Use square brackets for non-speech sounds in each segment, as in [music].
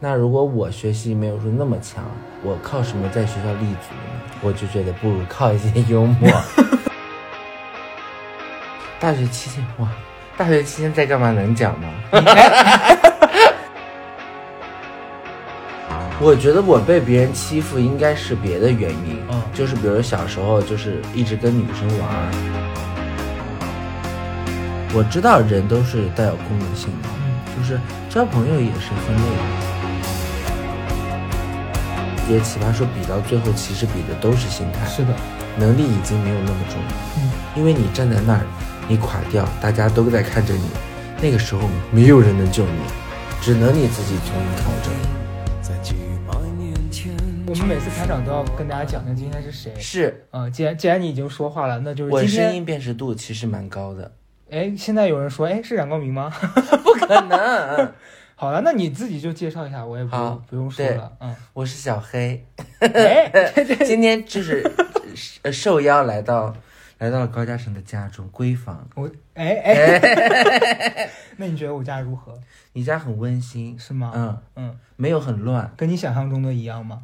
那如果我学习没有说那么强，我靠什么在学校立足呢？我就觉得不如靠一些幽默。大学期间哇，大学期间在干嘛能讲吗？我觉得我被别人欺负应该是别的原因，嗯就是比如小时候就是一直跟女生玩儿。我知道人都是带有功能性的，嗯就是交朋友也是分类的。也奇葩说比到最后，其实比的都是心态，是的，能力已经没有那么重要，嗯，因为你站在那儿，你垮掉，大家都在看着你，那个时候没有人能救你，只能你自己从硬扛着。在几百年前，我们每次开场都要跟大家讲一下今天是谁。是嗯，既然既然你已经说话了，那就是我今声天。音辨识度其实蛮高的，哎，现在有人说，哎，是冉高明吗？ [laughs] 不可能， [laughs] 好了，那你自己就介绍一下，我也不好用不用说对了。嗯，我是小黑，哎，今天就是呃受邀来到来到了高嘉诚的家中闺房，我哎哎， [laughs] 那你觉得我家如何？你家很温馨，是吗？嗯，嗯，没有很乱，跟你想象中的一样吗？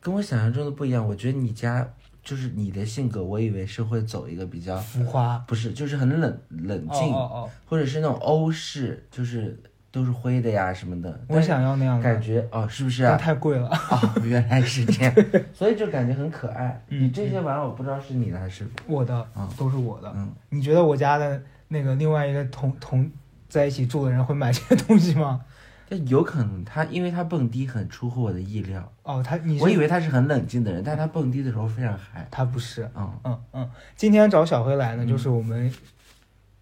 跟我想象中的不一样。我觉得你家就是你的性格，我以为是会走一个比较浮夸，不是，就是很冷冷哦啊静，哦哦，或者是那种欧式，就是都是灰的呀什么的。我想要那样感的，觉哦，是不是啊但？太贵了。 [laughs] 哦，原来是这样，所以就感觉很可爱。嗯你这些玩意儿我不知道是你的还是我的嗯都是我的。嗯，你觉得我家的那个另外一个同同在一起住的人会买这些东西吗？但有可能他因为他蹦迪很出乎我的意料，哦，他你是我以为他是很冷静的人， [laughs] 但他蹦迪的时候非常嗨。他不是。 [laughs] 嗯，嗯嗯，今天找小黑来呢，就是我们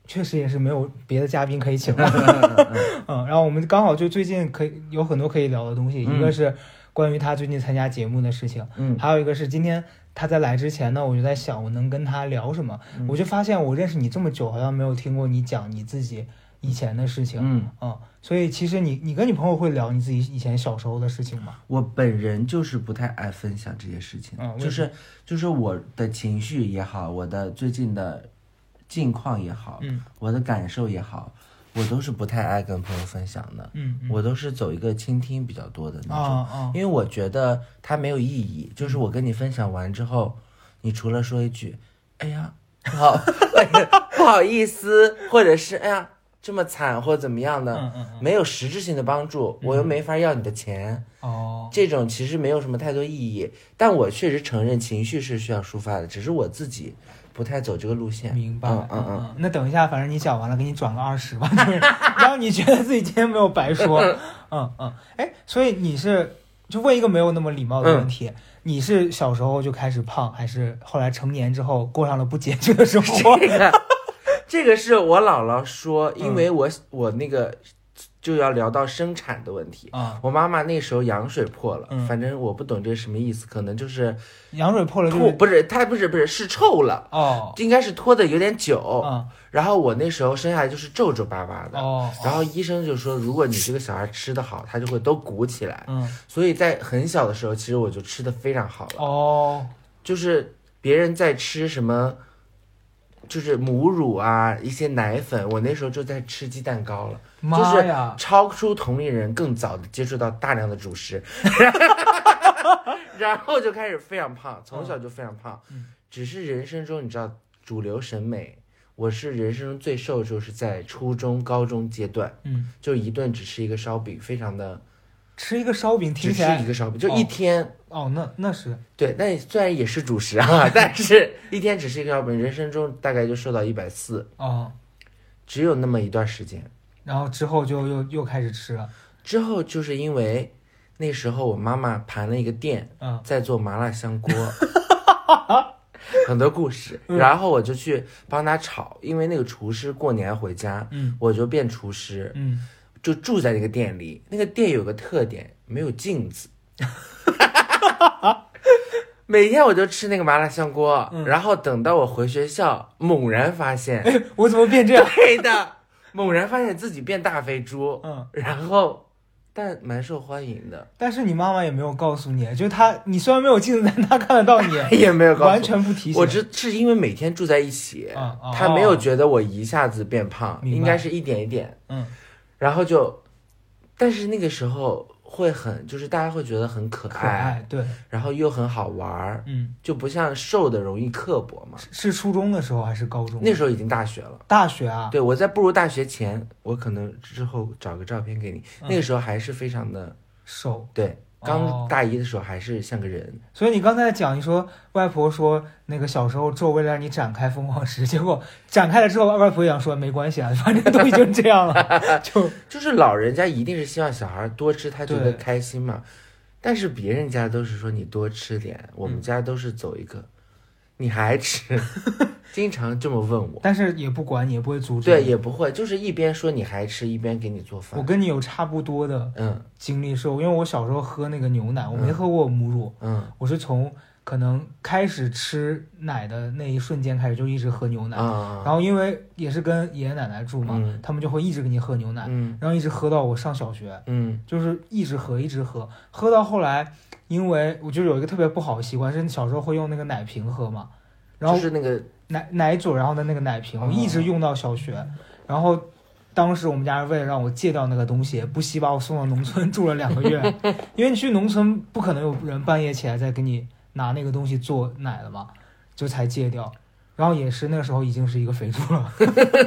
确实也是没有别的嘉宾可以请 [laughs] 了。嗯，然后我们刚好就最近可以有很多可以聊的东西，嗯一个是关于他最近参加节目的事情，嗯还有一个是今天他在来之前呢，我就在想我能跟他聊什么，嗯我就发现我认识你这么久，好像没有听过你讲你自己以前的事情。嗯，嗯，所以其实你你跟你朋友会聊你自己以前小时候的事情吗？我本人就是不太爱分享这些事情，嗯为就是就是我的情绪也好，我的最近的近况也好，嗯我的感受也好，我都是不太爱跟朋友分享的，嗯嗯我都是走一个倾听比较多的那啊种。啊因为我觉得它没有意义。就是我跟你分享完之后，你除了说一句“哎呀，好哎不好意思”，或者是“哎呀这么惨”或怎么样的，嗯嗯嗯嗯没有实质性的帮助，我又没法要你的钱，哦，这种其实没有什么太多意义。但我确实承认情绪是需要抒发的，只是我自己不太走这个路线。明白。嗯嗯嗯。嗯，那等一下，反正你讲完了，给你转个二十吧， [laughs] 就是让你觉得自己今天没有白说。嗯嗯，哎，所以你是就问一个没有那么礼貌的问嗯题，你是小时候就开始胖，还是后来成年之后过上了不拮据的生活？这个，这个是我姥姥说，嗯因为我、我那个就要聊到生产的问题。 [laughs] 啊，我妈妈那时候羊水破了，嗯反正我不懂这是什么意思，可能就是羊水破了就吐，是不是它不是不是是臭了，哦，应该是拖的有点久。啊然后我那时候生下来就是皱皱巴巴的，哦，哦然后医生就说，如果你这个小孩吃的好，他就会都鼓起来。嗯所以在很小的时候，其实我就吃的非常好了，哦。就是别人在吃什么。就是母乳啊，一些奶粉，我那时候就在吃鸡蛋糕了，妈呀！超出同龄人更早的接触到大量的主食， [laughs] 然后就开始非常胖，从小就非常胖。嗯只是人生中你知道主流审美，我是人生中最瘦的时候是在初中、高中阶段，嗯，就一顿只吃一个烧饼，非常的吃一个烧饼只听起吃来一个烧饼，就一天。哦，那那是对，那虽然也是主食啊，但是一天只吃一个烧饼，人生中大概就瘦到一百四，哦，只有那么一段时间。然后之后就又又开始吃了，之后就是因为那时候我妈妈盘了一个店，嗯在做麻辣香 [laughs] 锅，很多故事。然后我就去帮她炒，因为那个厨师过年回家，嗯我就变厨师，嗯， [laughs] 就住在那个店里。那个店有个特点，没有镜 [laughs] 子。每天我就吃那个麻辣香锅，然后等到我回学校，猛然发现， [laughs] 我怎么变这样？对的，猛然发现自己变大肥猪，嗯，然后但蛮受欢迎的，但是你妈妈也没有告诉你，就是她，你虽然没有镜子，但她看得到你， [laughs] 也 [laughs] 没有告诉完全不提醒。我知是因为每天住在一起，啊啊他没有觉得我一下子变胖，明白应该是一点一点，嗯然后就，但是那个时候会很，就是大家会觉得很可可爱，对，然后又很好玩儿，嗯，就不像瘦的容易刻薄嘛。是是初中的时候还是高中？那时候已经大学了，大学嗯啊，对我在步入大学前，我可能之后找个照片给你。嗯那个时候还是非常的瘦。对，哦刚大一的时候还是像个人，所以你刚才讲，你说外婆说那个小时候咒为了让你展开疯狂时， [laughs] 结果展开了之后，外婆想说没关系啊， [laughs] 反正都已经这样了， [laughs] 就就是老人家一定是希望小孩多吃，他觉对得开心嘛。但是别人家都是说你多吃点，我嗯们家都是走一个，你还 [laughs] 吃，经常这么问我。但是也不管你，也不会阻止。对，，也不会，就是一边说你还吃，一边给你做嗯我饭。跟你有差不多的嗯经历，是因为我小时候喝那个牛奶，我没喝过母乳，嗯我是从可能开始吃奶的那一瞬间开始就一直喝牛奶，啊，然后因为也是跟爷爷奶奶住嘛，嗯他们就会一直给你喝牛奶，嗯然后一直喝到我上小学，嗯就是一直喝一直喝，喝到后来，因为我就有一个特别不好的习惯，是你小时候会用那个奶瓶喝嘛，然后就是那个奶奶嘴，然后的那个奶瓶，哦我一直用到小学，然后当时我们家人为了让我戒掉那个东西，不惜把我送到农村住了两个 [laughs] 月，因为你去农村不可能有人半夜起来再给你拿那个东西做奶了嘛，就才戒掉。然后也是那个时候已经是一个肥猪了，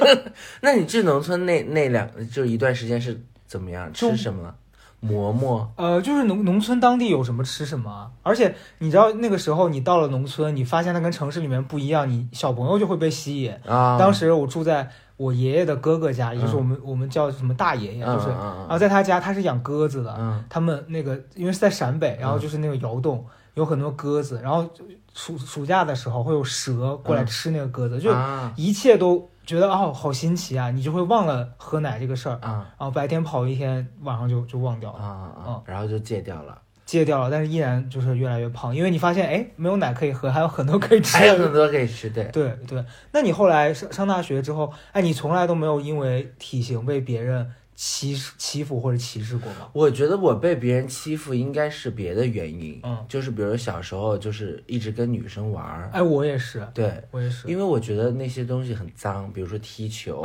[laughs] 那你去农村那那两就一段时间是怎么样？就吃什么了？馍馍，呃，就是农农村当地有什么吃什么啊，而且你知道那个时候你到了农村，你发现它跟城市里面不一样，你小朋友就会被吸引。啊，当时我住在我爷爷的哥哥家，也就是我们我们叫什么大爷爷，嗯就是啊嗯然后嗯在他家，他是养鸽子的。嗯他们那个因为是在陕北，然后就是那个窑洞有很多鸽子，然后就暑暑假的时候会有蛇过来嗯吃那个鸽子，嗯，就啊一切都觉得哦好新奇啊，你就会忘了喝奶这个事儿，啊然后白天跑一天，晚上就就忘掉啊了，啊，然后就戒掉了，戒掉了，但是依然就是越来越胖，因为你发现哎没有奶可以喝，还有很多可 [laughs] 以吃还有的。很多可以吃，对，对对，那你后来上上大学之后，哎，你从来都没有因为体型被别人欺欺负或者歧视过吗？我觉得我被别人欺负应该是别的原因，嗯就是比如小时候就是一直跟女生玩儿，哎，我也是，对，我也是。因为我觉得那些东西很脏，比如说踢球、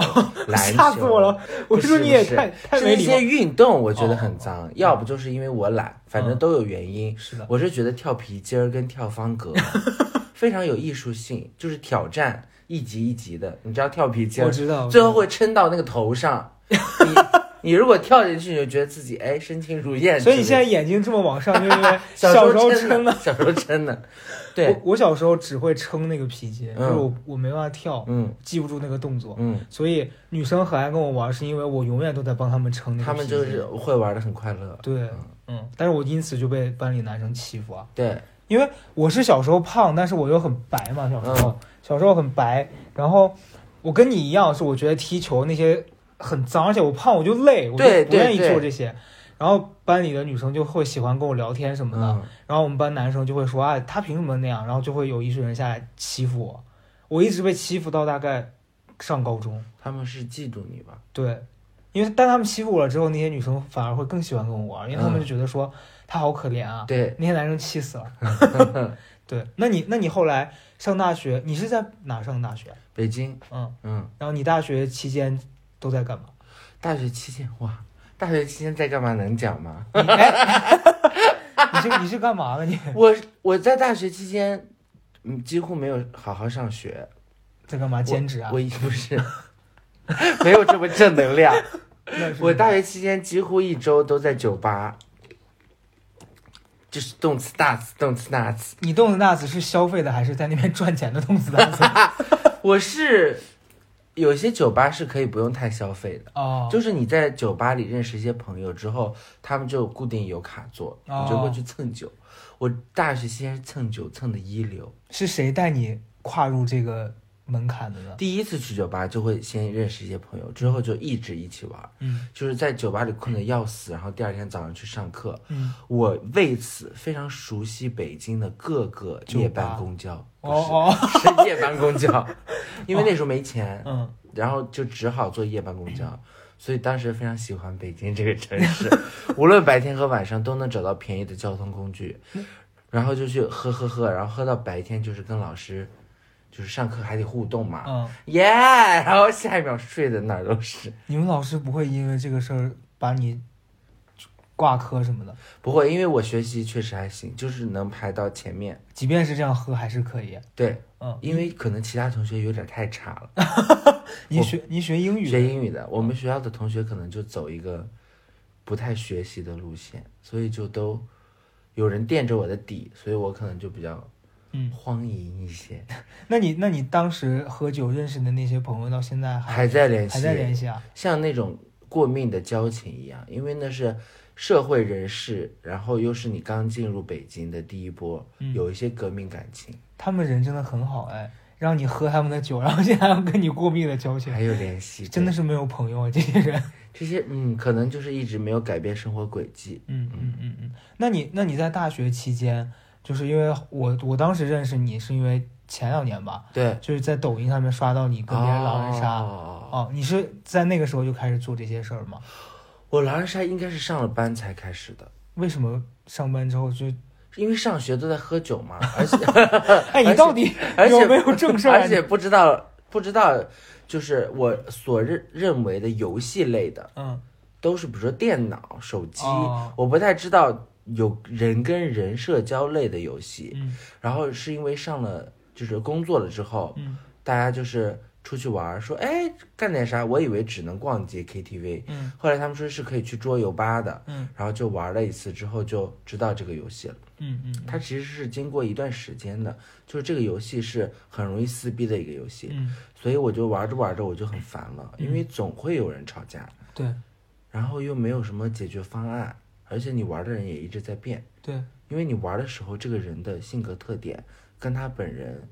篮球，吓死 [laughs] 我了！我说你也太太是没那礼貌些。运动我觉得哦很脏，要不就是因为我懒，反正都有原因。是的，我是觉得跳皮筋儿跟跳方 [laughs] 格非常有艺术性，就是挑战一级一级的。你知道跳皮筋我儿知道。最后会撑到那个头上，你你如果跳进去，你就觉得自己哎身轻如燕之所类的。以你现在眼睛这么往上，就是因为 [laughs] 小时候 [laughs] 撑的。的，小时候撑 [laughs] 的，对我，我小时候只会撑那个皮筋，嗯就是我我没办法跳，嗯记不住那个动作。嗯，所以女生很爱跟我玩，是因为我永远都在帮她们撑那个他皮们筋。就是会玩的很快乐，对，嗯，但是我因此就被班里男生欺负啊。对，因为我是小时候胖，但是我又很白嘛，小时候、嗯小时候很白，然后我跟你一样，是我觉得踢球那些很脏，而且我胖我就累，我就对不愿意对对做这些。然后班里的女生就会喜欢跟我聊天什么的，嗯，然后我们班男生就会说啊，他凭什么那样？然后就会有一群人下来欺负我，我一直被欺负到大概上高中，嗯他们是嫉妒你吧？对。因为当他们欺负我了之后，那些女生反而会更喜欢跟我玩，因为他嗯们就觉得说、他好可怜啊，对，那些男生气死了。 [laughs] 对，那你那你后来上大学，你是在哪上大学？北京，嗯，嗯，然后你大学期间都在干嘛？大学期间哇，大学期间在干嘛？能讲吗？你哎你是你是干嘛的？你我我在大学期间，嗯，几乎没有好好上学，在干嘛？兼职啊？我不是 [laughs] 没有这么正能量。那是 [laughs] 我大学期间几乎一周都在酒吧，就是动次打次，动次打次。你动的那次是消费的还是在那边赚钱的动次 [laughs] 打次？我是有些酒吧是可以不用太消费的。哦，就是你在酒吧里认识一些朋友之后，他们就有固定有卡座，哦你就会去蹭酒。我大学期间是蹭酒蹭的一流，是谁带你跨入这个门槛的呢？第一次去酒吧就会先认识一些朋友，之后就一直一起玩。嗯就是在酒吧里困得要死，然后第二天早上去上课。嗯，我为此非常熟悉北京的各个夜班公交，哦哦，不是 [laughs] 是夜班公交，因为那时候没钱，嗯，然后就只好坐夜班公交，所以当时非常喜欢北京这个城 [laughs] 市，无论白天和晚上都能找到便宜的交通工具，然后就去喝喝喝，然后喝到白天就是跟老师，就是上课还得互动嘛，嗯，耶、然后下一秒睡的哪儿都是。你们老师不会因为这个事儿把你挂科什么的，不会，因为我学习确实还行，就是能排到前面。即便是这样喝还是可以。对，嗯，因为可能其他同学有点太差了，你学你学英语的，嗯学英语的，我们学校的同学可能就走一个不太学习的路线，所以就都有人垫着我的底，所以我可能就比较嗯，荒淫一些，那你那你当时喝酒认识的那些朋友，到现在还还在联系，还在联系啊？像那种过命的交情一样，因为那是社会人士，然后又是你刚进入北京的第一波，嗯有一些革命感情，他们人真的很好哎，让你喝他们的酒，然后现在还要跟你过密的交情，还有联系，真的哎对是没有朋友啊这些人。这些，嗯，可能就是一直没有改变生活轨迹。嗯嗯嗯嗯，那你那你在大学期间，就是因为我我当时认识你是因为前两年吧，对，就是在抖音上面刷到你跟别人狼人杀。哦哦你是在那个时候就开始做这些事儿吗？我狼人杀应该是上了班才开始的，为什么上班之后就？因为上学都在喝酒嘛，而 [laughs] 且哎，你到底呃而且有没有正事儿啊？而且不知道不知道，就是我所认认为的游戏类的，嗯，都是比如说电脑、手机，哦我不太知道有人跟人社交类的游戏。嗯然后是因为上了就是工作了之后，嗯大家就是出去玩儿，说哎干点啥？我以为只能逛街 KTV，嗯后来他们说是可以去桌游吧的，嗯然后就玩了一次之后就知道这个游戏了。嗯嗯它其实是经过一段时间的，就是这个游戏是很容易撕逼的一个游戏，嗯，所以我就玩着玩着我就很烦了，嗯因为总会有人吵架。对然后又没有什么解决方案，而且你玩的人也一直在变，对，因为你玩的时候，这个人的性格特点跟他本人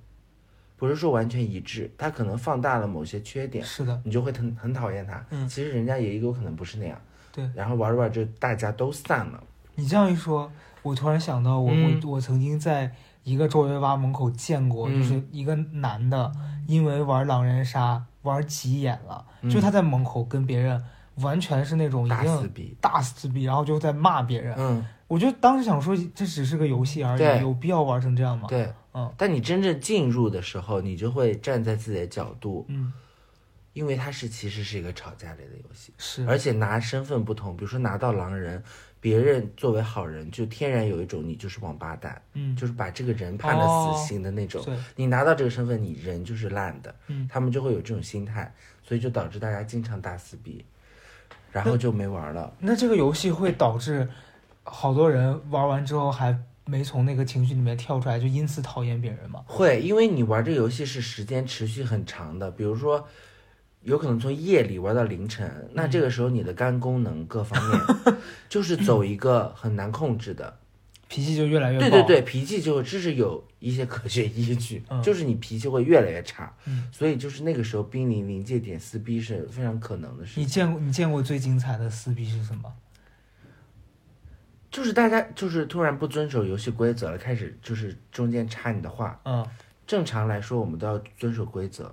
不是说完全一致，他可能放大了某些缺点，是的，你就会很很讨厌他。嗯其实人家也有可能不是那样。对。然后玩着玩着，大家都散了。你这样一说，我突然想到我，我、嗯我曾经在一个周围吧门口见过，嗯就是一个男的，因为玩狼人杀玩急眼了，嗯就他在门口跟别人完全是那种已大撕经逼。大撕逼，然后就在骂别人。嗯，我就当时想说，这只是个游戏而已，对有必要玩成这样吗？对。嗯但你真正进入的时候，你就会站在自己的角度，嗯，因为它是其实是一个吵架类的游戏。是，而且拿身份不同，比如说拿到狼人，别人作为好人，就天然有一种你就是王八蛋，嗯，就是把这个人判了死刑的那种。对，你拿到这个身份，你人就是烂的，嗯他们就会有这种心态，所以就导致大家经常大撕逼，然后就没玩了。那这个游戏会导致好多人玩完之后还没从那个情绪里面跳出来，就因此讨厌别人吗？会，因为你玩这个游戏是时间持续很长的，比如说。有可能从夜里玩到凌晨，那嗯这个时候你的肝功能各方 [laughs] 面就是走一个很难控制的，脾气就越来越对暴。对对，脾气就这是有一些科学依据，嗯就是你脾气会越来越差，嗯所以就是那个时候濒临临界点撕逼是非常可能的事你情。见过你见过最精彩的撕逼是什么？就是大家就是突然不遵守游戏规则了，开始就是中间插你的话。嗯，正常来说我们都要遵守规则，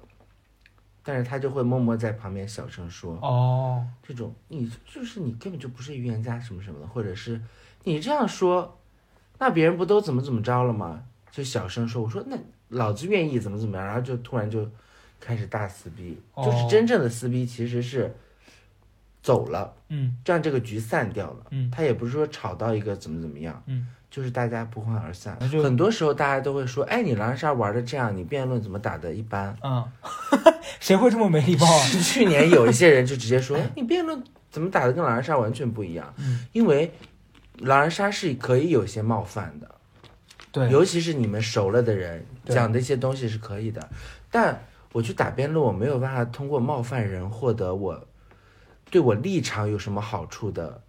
但是他就会默默在旁边小声说，哦，这种你就是你根本就不是预言家什么什么的，或者是你这样说，那别人不都怎么怎么着了吗？就小声说，我说那老子愿意怎么怎么样，然后就突然就开始大撕逼，哦就是真正的撕逼其实是走了，嗯这样这个局散掉了。嗯他也不是说吵到一个怎么怎么样，嗯，就是大家不欢而散。那就很多时候大家都会说，哎，你狼人杀玩的这样，你辩论怎么打的一般？嗯， [laughs] 谁会这么没礼貌啊？ [laughs] 去年有一些人就直接说，哎，你辩论怎么打的跟狼人杀完全不一样，嗯因为狼人杀是可以有些冒犯的，对，尤其是你们熟了的人对讲的一些东西是可以的，但我去打辩论，我没有办法通过冒犯人获得我对我立场有什么好处的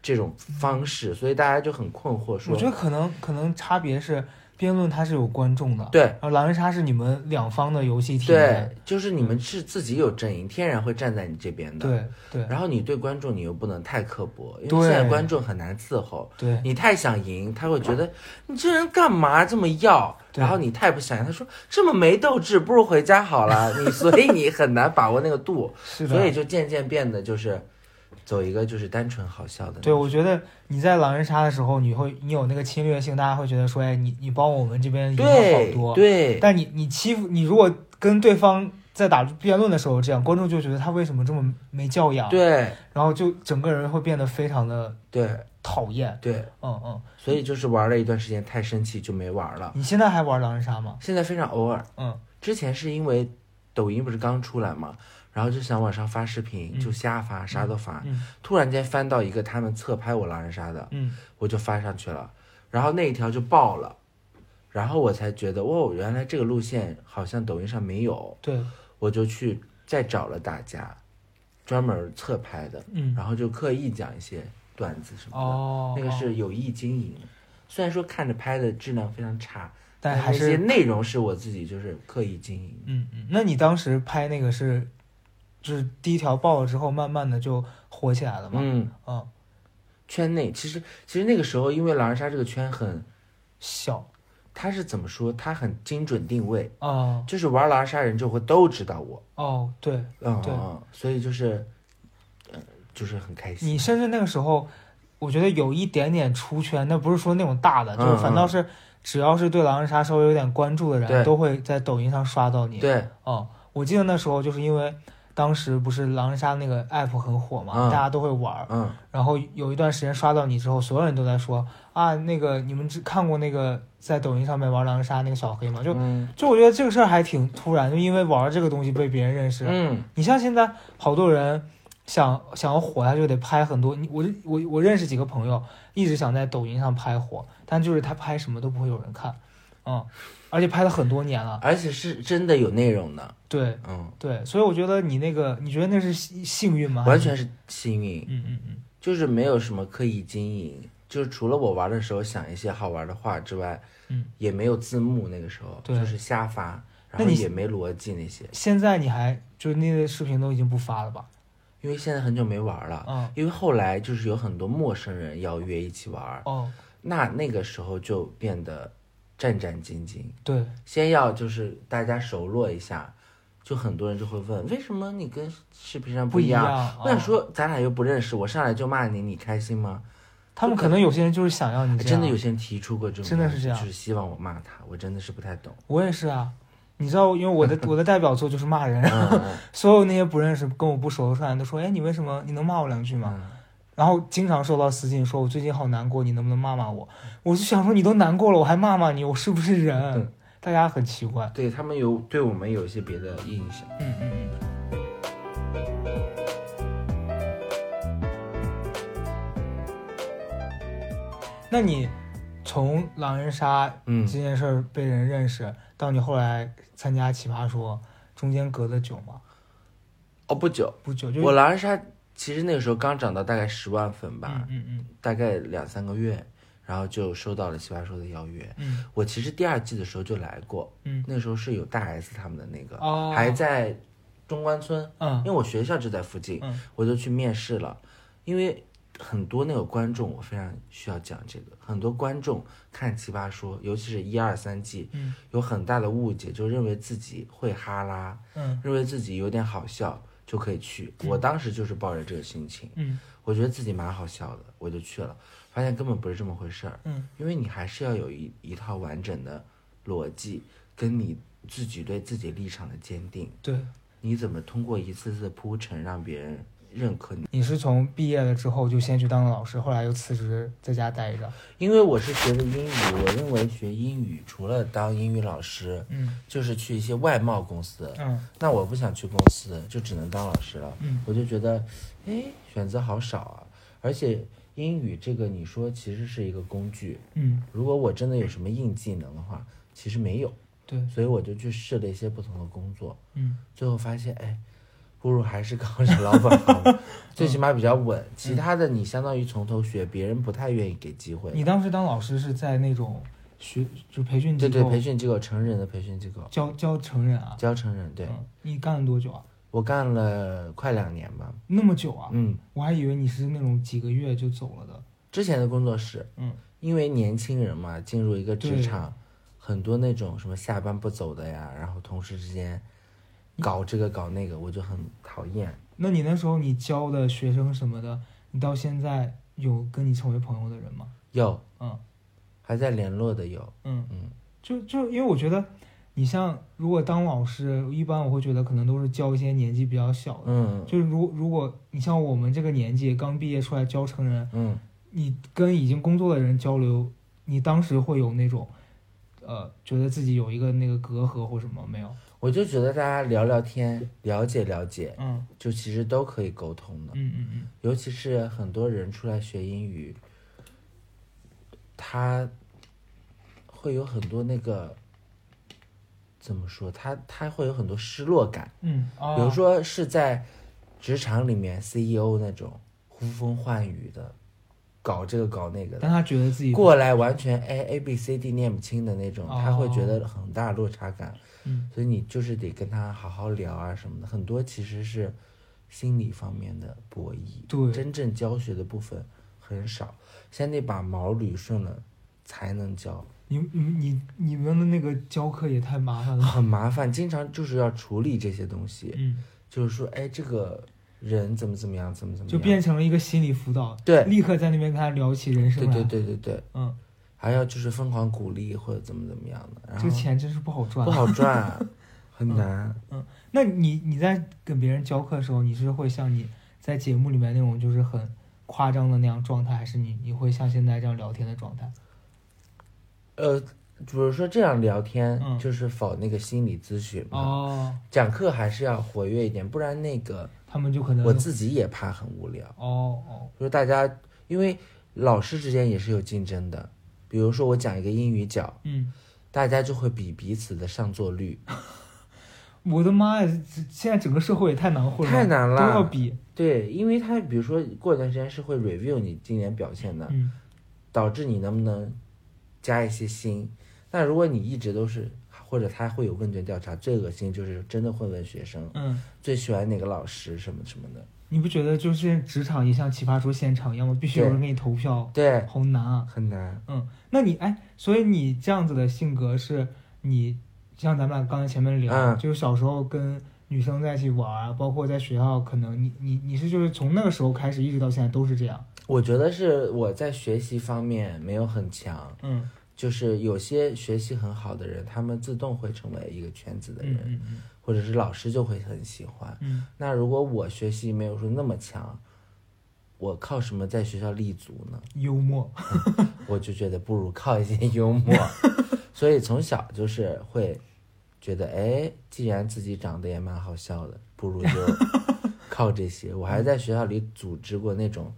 这种方式，所以大家就很困惑嗯我说，觉得可能可能差别是辩论它是有观众的，，对。然后狼人杀是你们两方的游戏体对验，，就是你们是自己有阵营，天然会站在你这边的。对对然后你对观众，你又不能太刻薄，因为对现在观众很难伺候。对你太想赢，他会觉得你这人干嘛这么要？对然后你太不想赢，他说这么没斗志，不如回家好 [laughs] 了。你所以你很难把握那个度，是的，所以就渐渐变得就是走一个就是单纯好笑的。对，我觉得你在狼人杀的时候，你会你有那个侵略性，大家会觉得说，哎，你你帮我们这边赢了好对多，对但你你欺负你如果跟对方在打辩论的时候这样，观众就觉得他为什么这么没教养，对然后就整个人会变得非常的对讨厌。对，嗯嗯，所以就是玩了一段时间，太生气就没玩了。你现在还玩狼人杀吗？现在非常偶尔，嗯之前是因为抖音不是刚出来嘛，然后就想往上发视频，嗯就瞎发，啥都发。嗯突然间翻到一个他们侧拍我狼人杀的，嗯，我就发上去了，然后那一条就爆了，然后我才觉得哦，原来这个路线好像抖音上没有，对，我就去再找了大家专门侧拍的，嗯然后就刻意讲一些段子什么的，哦，那个哦，是有意经营，虽然说看着拍的质量非常差，但还那些是内容是我自己就是刻意经营。嗯嗯，那你当时拍那个是，就是第一条爆了之后，慢慢的就火起来了嘛？嗯，嗯，圈内其实其实那个时候，因为狼人杀这个圈很，小它是怎么说？它很精准定位，啊就是玩狼人杀人就会都知道我，哦，对嗯，对嗯所以就是，嗯，就是很开心。你甚至那个时候，我觉得有一点点出圈，那不是说那种大的，嗯就是反倒是只要是对狼人杀稍微有点关注的人，对都会在抖音上刷到你。，对，哦，我记得那时候就是因为当时不是狼人杀那个 app 很火嘛，嗯大家都会玩儿，嗯，然后有一段时间刷到你之后，所有人都在说啊，那个你们只看过那个在抖音上面玩狼人杀那个小黑吗？就嗯就我觉得这个事儿还挺突然，就因为玩儿这个东西被别人认识。嗯，你像现在好多人想想要火，他就得拍很多。你我我我认识几个朋友，一直想在抖音上拍火，但就是他拍什么都不会有人看，嗯，而且拍了很多年了。而且是真的有内容的，对嗯，对，所以我觉得你那个，你觉得那是幸幸运吗？完全是幸运，嗯，嗯嗯就是没有什么刻意经营，就是除了我玩的时候想一些好玩的话之外，嗯。也没有字幕，那个时候对就是瞎发，然后那你也没逻辑那些，现在你还就是那些视频都已经不发了吧？因为现在很久没玩了。嗯，因为后来就是有很多陌生人邀约一起玩儿，哦，那那个时候就变得战战兢兢。对，先要就是大家熟络一下，就很多人就会问为什么你跟视频上不不一一样。样？啊我想，说咱俩又不认识，我上来就骂你，你开心吗？他们可能有些人就是想要你哎这样，真的有，些人提出过这种，真的是这样就是希望我骂他，我真的是不太懂。 [laughs] 我也是啊。你知道，因为我 [laughs] 的我的代表作就是骂人，嗯嗯所有那些不认识、跟我不熟的人都说：“哎，你为什么？你能骂我两句吗？”嗯然后经常收到私信说：“我最近好难过，你能不能骂骂我？”我就想说：“你都难过了，我还骂骂你，我是不是人嗯？”大家很奇怪。对他们有对我们有一些别的印象。嗯嗯嗯。那你从狼人杀嗯这，件事儿被人认识，到你后来参加奇葩说，中间隔得久吗？哦，不久，不久，就我狼人杀其实那个时候刚涨到大概十万粉吧，嗯嗯大概两三个月，然后就收到了奇葩说的邀约。嗯我其实第二季的时候就来过，嗯那时候是有大 S 他们的那个，哦还在中关村，嗯因为我学校就在附近，嗯我就去面试了。因为很多那个观众，我非常需要讲这个，很多观众看《奇葩说》，尤其是一二三季，嗯有很大的误解，就认为自己会哈拉，嗯认为自己有点好笑就可以去。我当时就是抱着这个心情，嗯我觉得自己蛮好笑的，我就去了，发现根本不是这么回事儿。嗯，因为你还是要有一一套完整的逻辑，跟你自己对自己立场的坚定，对，你怎么通过一次次的铺陈让别人认可你？你是从毕业了之后就先去当了老师，后来又辞职在家待着。因为我是学的英语，我认为学英语除了当英语老师，嗯就是去一些外贸公司。嗯那我不想去公司，就只能当老师了。嗯我就觉得，哎，选择好少啊！而且英语这个，你说其实是一个工具。嗯，如果我真的有什么硬技能的话，其实没有。对，所以我就去试了一些不同的工作，嗯最后发现，哎，不如还是搞着老本 [laughs] 行，最起码比较稳。嗯其他的你相当于从头学，别人不太愿意给机会。你当时当老师是在那种学就培训机对构对，培训机构，成人的培训机构，教教成人啊？教成人。对嗯，你干了多久啊？我干了快两年吧，那么久啊？嗯，我还以为你是那种几个月就走了的。之前的工作室，嗯，因为年轻人嘛，进入一个职对场，很多那种什么下班不走的呀，然后同事之间嗯搞这个搞那个，我就很讨厌。那你那时候你教的学生什么的，你到现在有跟你成为朋友的人吗？有嗯还在联络的有，嗯嗯，就就因为我觉得你像如果当老师，一般我会觉得可能都是教一些年纪比较小的，嗯就是如如果你像我们这个年纪刚毕业出来教成人，嗯你跟已经工作的人交流，你当时会有那种，呃，觉得自己有一个那个隔阂或什么没有？我就觉得大家聊聊天，了解了解，嗯就其实都可以沟通的。嗯嗯嗯，尤其是很多人出来学英语，他会有很多那个怎么说？他他会有很多失落感，嗯，哦比如，说是在职场里面 CEO 那种呼风唤雨的，搞这个搞那个的，但他觉得自己，过来完全哎 A B C D 念不清的那种，哦他会觉得很大落差感，嗯所以你就是得跟他好好聊啊什么的，很多其实是心理方面的博弈。对真正教学的部分很少，先得把毛捋顺了才能教，你你你你们的那个教课也太麻烦了。很麻烦，经常就是要处理这些东西，嗯，就是说，哎，这个人怎么怎么样，怎么怎么就样，变成了一个心理辅导，对立刻在那边跟他聊起人生对来。对对对对，嗯，还要就是疯狂鼓励或者怎么怎么样的，然这后个钱真是不好赚不啊。好赚 [laughs] 啊，很难。那你你在跟别人教课的时候，你是会像你在节目里面那种就是很夸张的那样状态，还是你你会像现在这样聊天的状态？呃，比如说这样聊天，嗯就是否那个心理咨询嘛，哦，讲课还是要活跃一点，不然那个他们就可能我自己也怕很无聊。哦哦，就是大家因为老师之间也是有竞争的，比如说我讲一个英语角，嗯，大家就会比彼此的上座率。我的妈呀，这现在整个社会也太难混了，太难了都要比。对，因为他比如说过一段时间是会 review 你今年表现的，嗯，导致你能不能加一些新。那如果你一直都是，或者他会有问卷调查，最恶心就是真的会问学生嗯，最喜欢哪个老师什么什么的。你不觉得就是职场也像奇葩说现场一样吗？必须有人给你投票，对，好难啊。很难。嗯，那你哎，所以你这样子的性格是你，像咱们俩刚才前面聊，嗯就是小时候跟女生在一起玩啊，包括在学校，可能你你你是就是从那个时候开始一直到现在都是这样。我觉得是我在学习方面没有很强，嗯就是有些学习很好的人，他们自动会成为一个圈子的嗯人，嗯嗯或者是老师就会很喜欢。嗯，那如果我学习没有说那么强，我靠什么在学校立足呢？幽默。我就觉得不如靠一些幽 [laughs] 默，所以从小就是会觉得，哎，既然自己长得也蛮好笑的，不 [laughs] 如就靠这些。我还在学校里组织过那种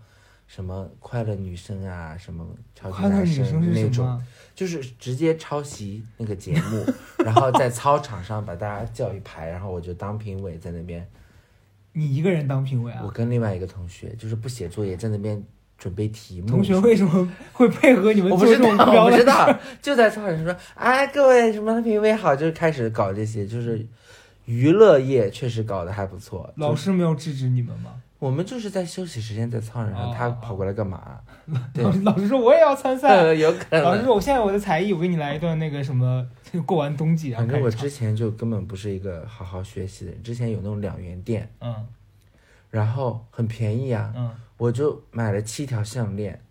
什么快乐女生啊，什么超级快乐男女生那是什种，么？就是直接抄袭那个节目，然后在操场上把大家叫一排，然后我就当评委在那边，啊你一个人当评委啊我？跟另外一个同学就是不写作业，在那边准备题目。同学为什么会配合你们我不做这知道种，标我不的知 [laughs] 道，就在操场上说，哎，各位什么评委好，就开始搞这些，就是娱乐业确实搞得还不错。老就是师没有制止你们吗？我们就是在休息时间在操场上，哦他哦跑过来干嘛？对老师老师说我也要参赛。 [laughs] 呃，有可老师能。说我现在我的才艺，我给你来一段那个什么， [laughs] 过完冬季然后啊反开正我始唱之前就根本不是一个好好学习的人，之前有那种两元店，嗯然后很便宜啊， [laughs] 嗯我就买了七条项链，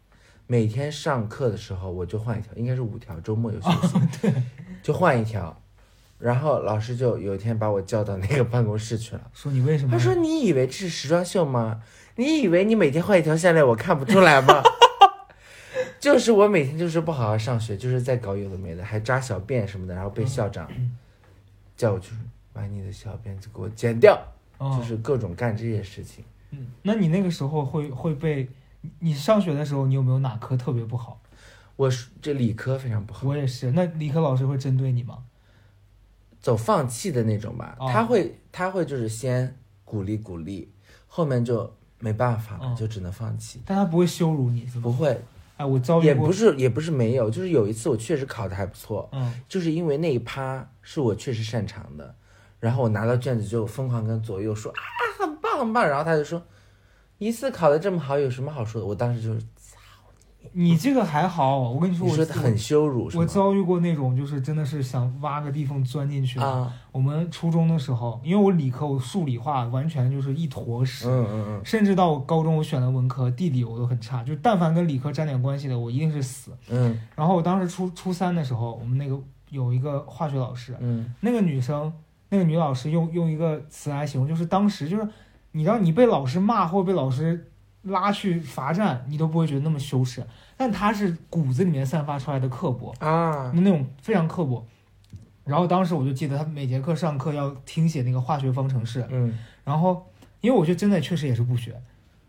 每天上课的时候我就换一条，应该是五条，周末有休息，就换一条。然后老师就有一天把我叫到那个办公室去了，说你为什么？他说：“你以为这是时装秀吗？你以为你每天换一条项链我看不出来吗？” [laughs] 就是我每天就是不好好上学，就是在搞有的没的，还扎小辫什么的，然后被校长叫我去把你的小辫子给我剪掉，哦就是各种干这些事情。嗯，那你那个时候会会被你你上学的时候，你有没有哪科特别不好？我是这理科非常不好，我也是，那理科老师会针对你吗？走放弃的那种吧。哦他会他会就是先鼓励鼓励，后面就没办法了，嗯就只能放弃。但他不会羞辱你是不吗？会，哎，我遭遇也过不，是也不是没有，就是有一次我确实考的还不错，嗯，就是因为那一趴是我确实擅长的，然后我拿到卷子就疯狂跟左右说啊很棒很棒，然后他就说一次考的这么好有什么好说的？我当时就是你这个还好，我跟你说，你我说的很羞辱是我吗？遭遇过那种就是真的是想挖个地缝钻进去的。啊，我们初中的时候，因为我理科我数理化完全就是一坨屎，嗯嗯嗯甚至到我高中我选了文科，地理我都很差，就但凡跟理科沾点关系的，我一定是死。嗯然后我当时初初三的时候，我们那个有一个化学老师，嗯那个女生，那个女老师用用一个词来形容，就是当时就是，你让你被老师骂或者被老师拉去罚站，你都不会觉得那么羞耻，但她是骨子里面散发出来的刻薄，啊，那种非常刻薄。然后当时我就记得她每节课上课要听写那个化学方程式，嗯然后因为我就真的确实也是不学，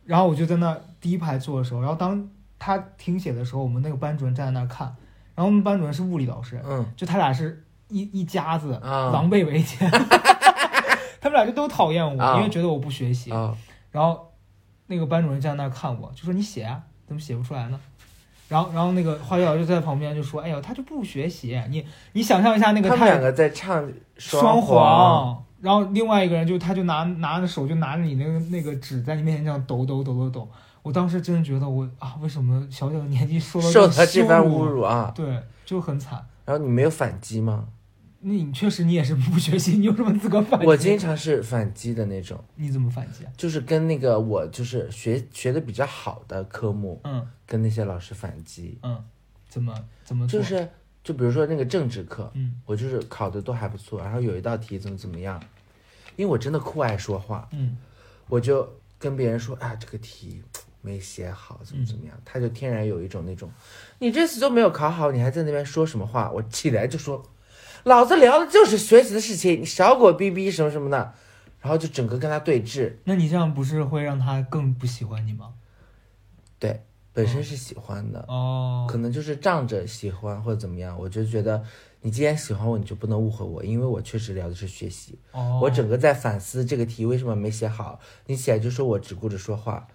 然后我就在那第一排坐的时候，然后当她听写的时候，我们那个班主任站在那儿看，然后我们班主任是物理老师，嗯就他俩是一一家子，啊狼狈为 [laughs] 奸。他们俩就都讨厌我，啊因为觉得我不学习。啊然后那个班主任站那儿看我，就说你写啊，怎么写不出来呢？然后，然后那个化学老师就在旁边就说：“哎呦，他就不学习，你你想象一下那个他们两太个在唱双簧，簧。”然后另外一个人就他就拿拿着手就拿着你那个那个纸在你面前这样抖抖抖抖抖。我当时真的觉得我啊，为什么小小的年纪受到受到种这羞番辱侮？辱啊！对，就很惨。然后你没有反击吗？那你确实你也是不学习，你有什么资格反击？我经常是反击的那种，你怎么反击啊？就是跟那个我就是学学的比较好的科目，嗯跟那些老师反击，嗯，怎么怎么做？就是就比如说那个政治课，嗯我就是考的都还不错，然后有一道题怎么怎么样，因为我真的酷爱说话，嗯我就跟别人说啊这个题没写好，怎么怎么样，他就天然有一种那种，你这次都没有考好，你还在那边说什么话？我起来就说，老子聊的就是学习的事情，你少给我逼逼什么什么的，然后就整个跟他对峙，那你这样不是会让他更不喜欢你吗？对，本身是喜欢的，哦可能就是仗着喜欢或者怎么样，我就觉得你既然喜欢我，你就不能误会我，因为我确实聊的是学习。哦，我整个在反思这个题为什么没写好，你起来就说我只顾着说话，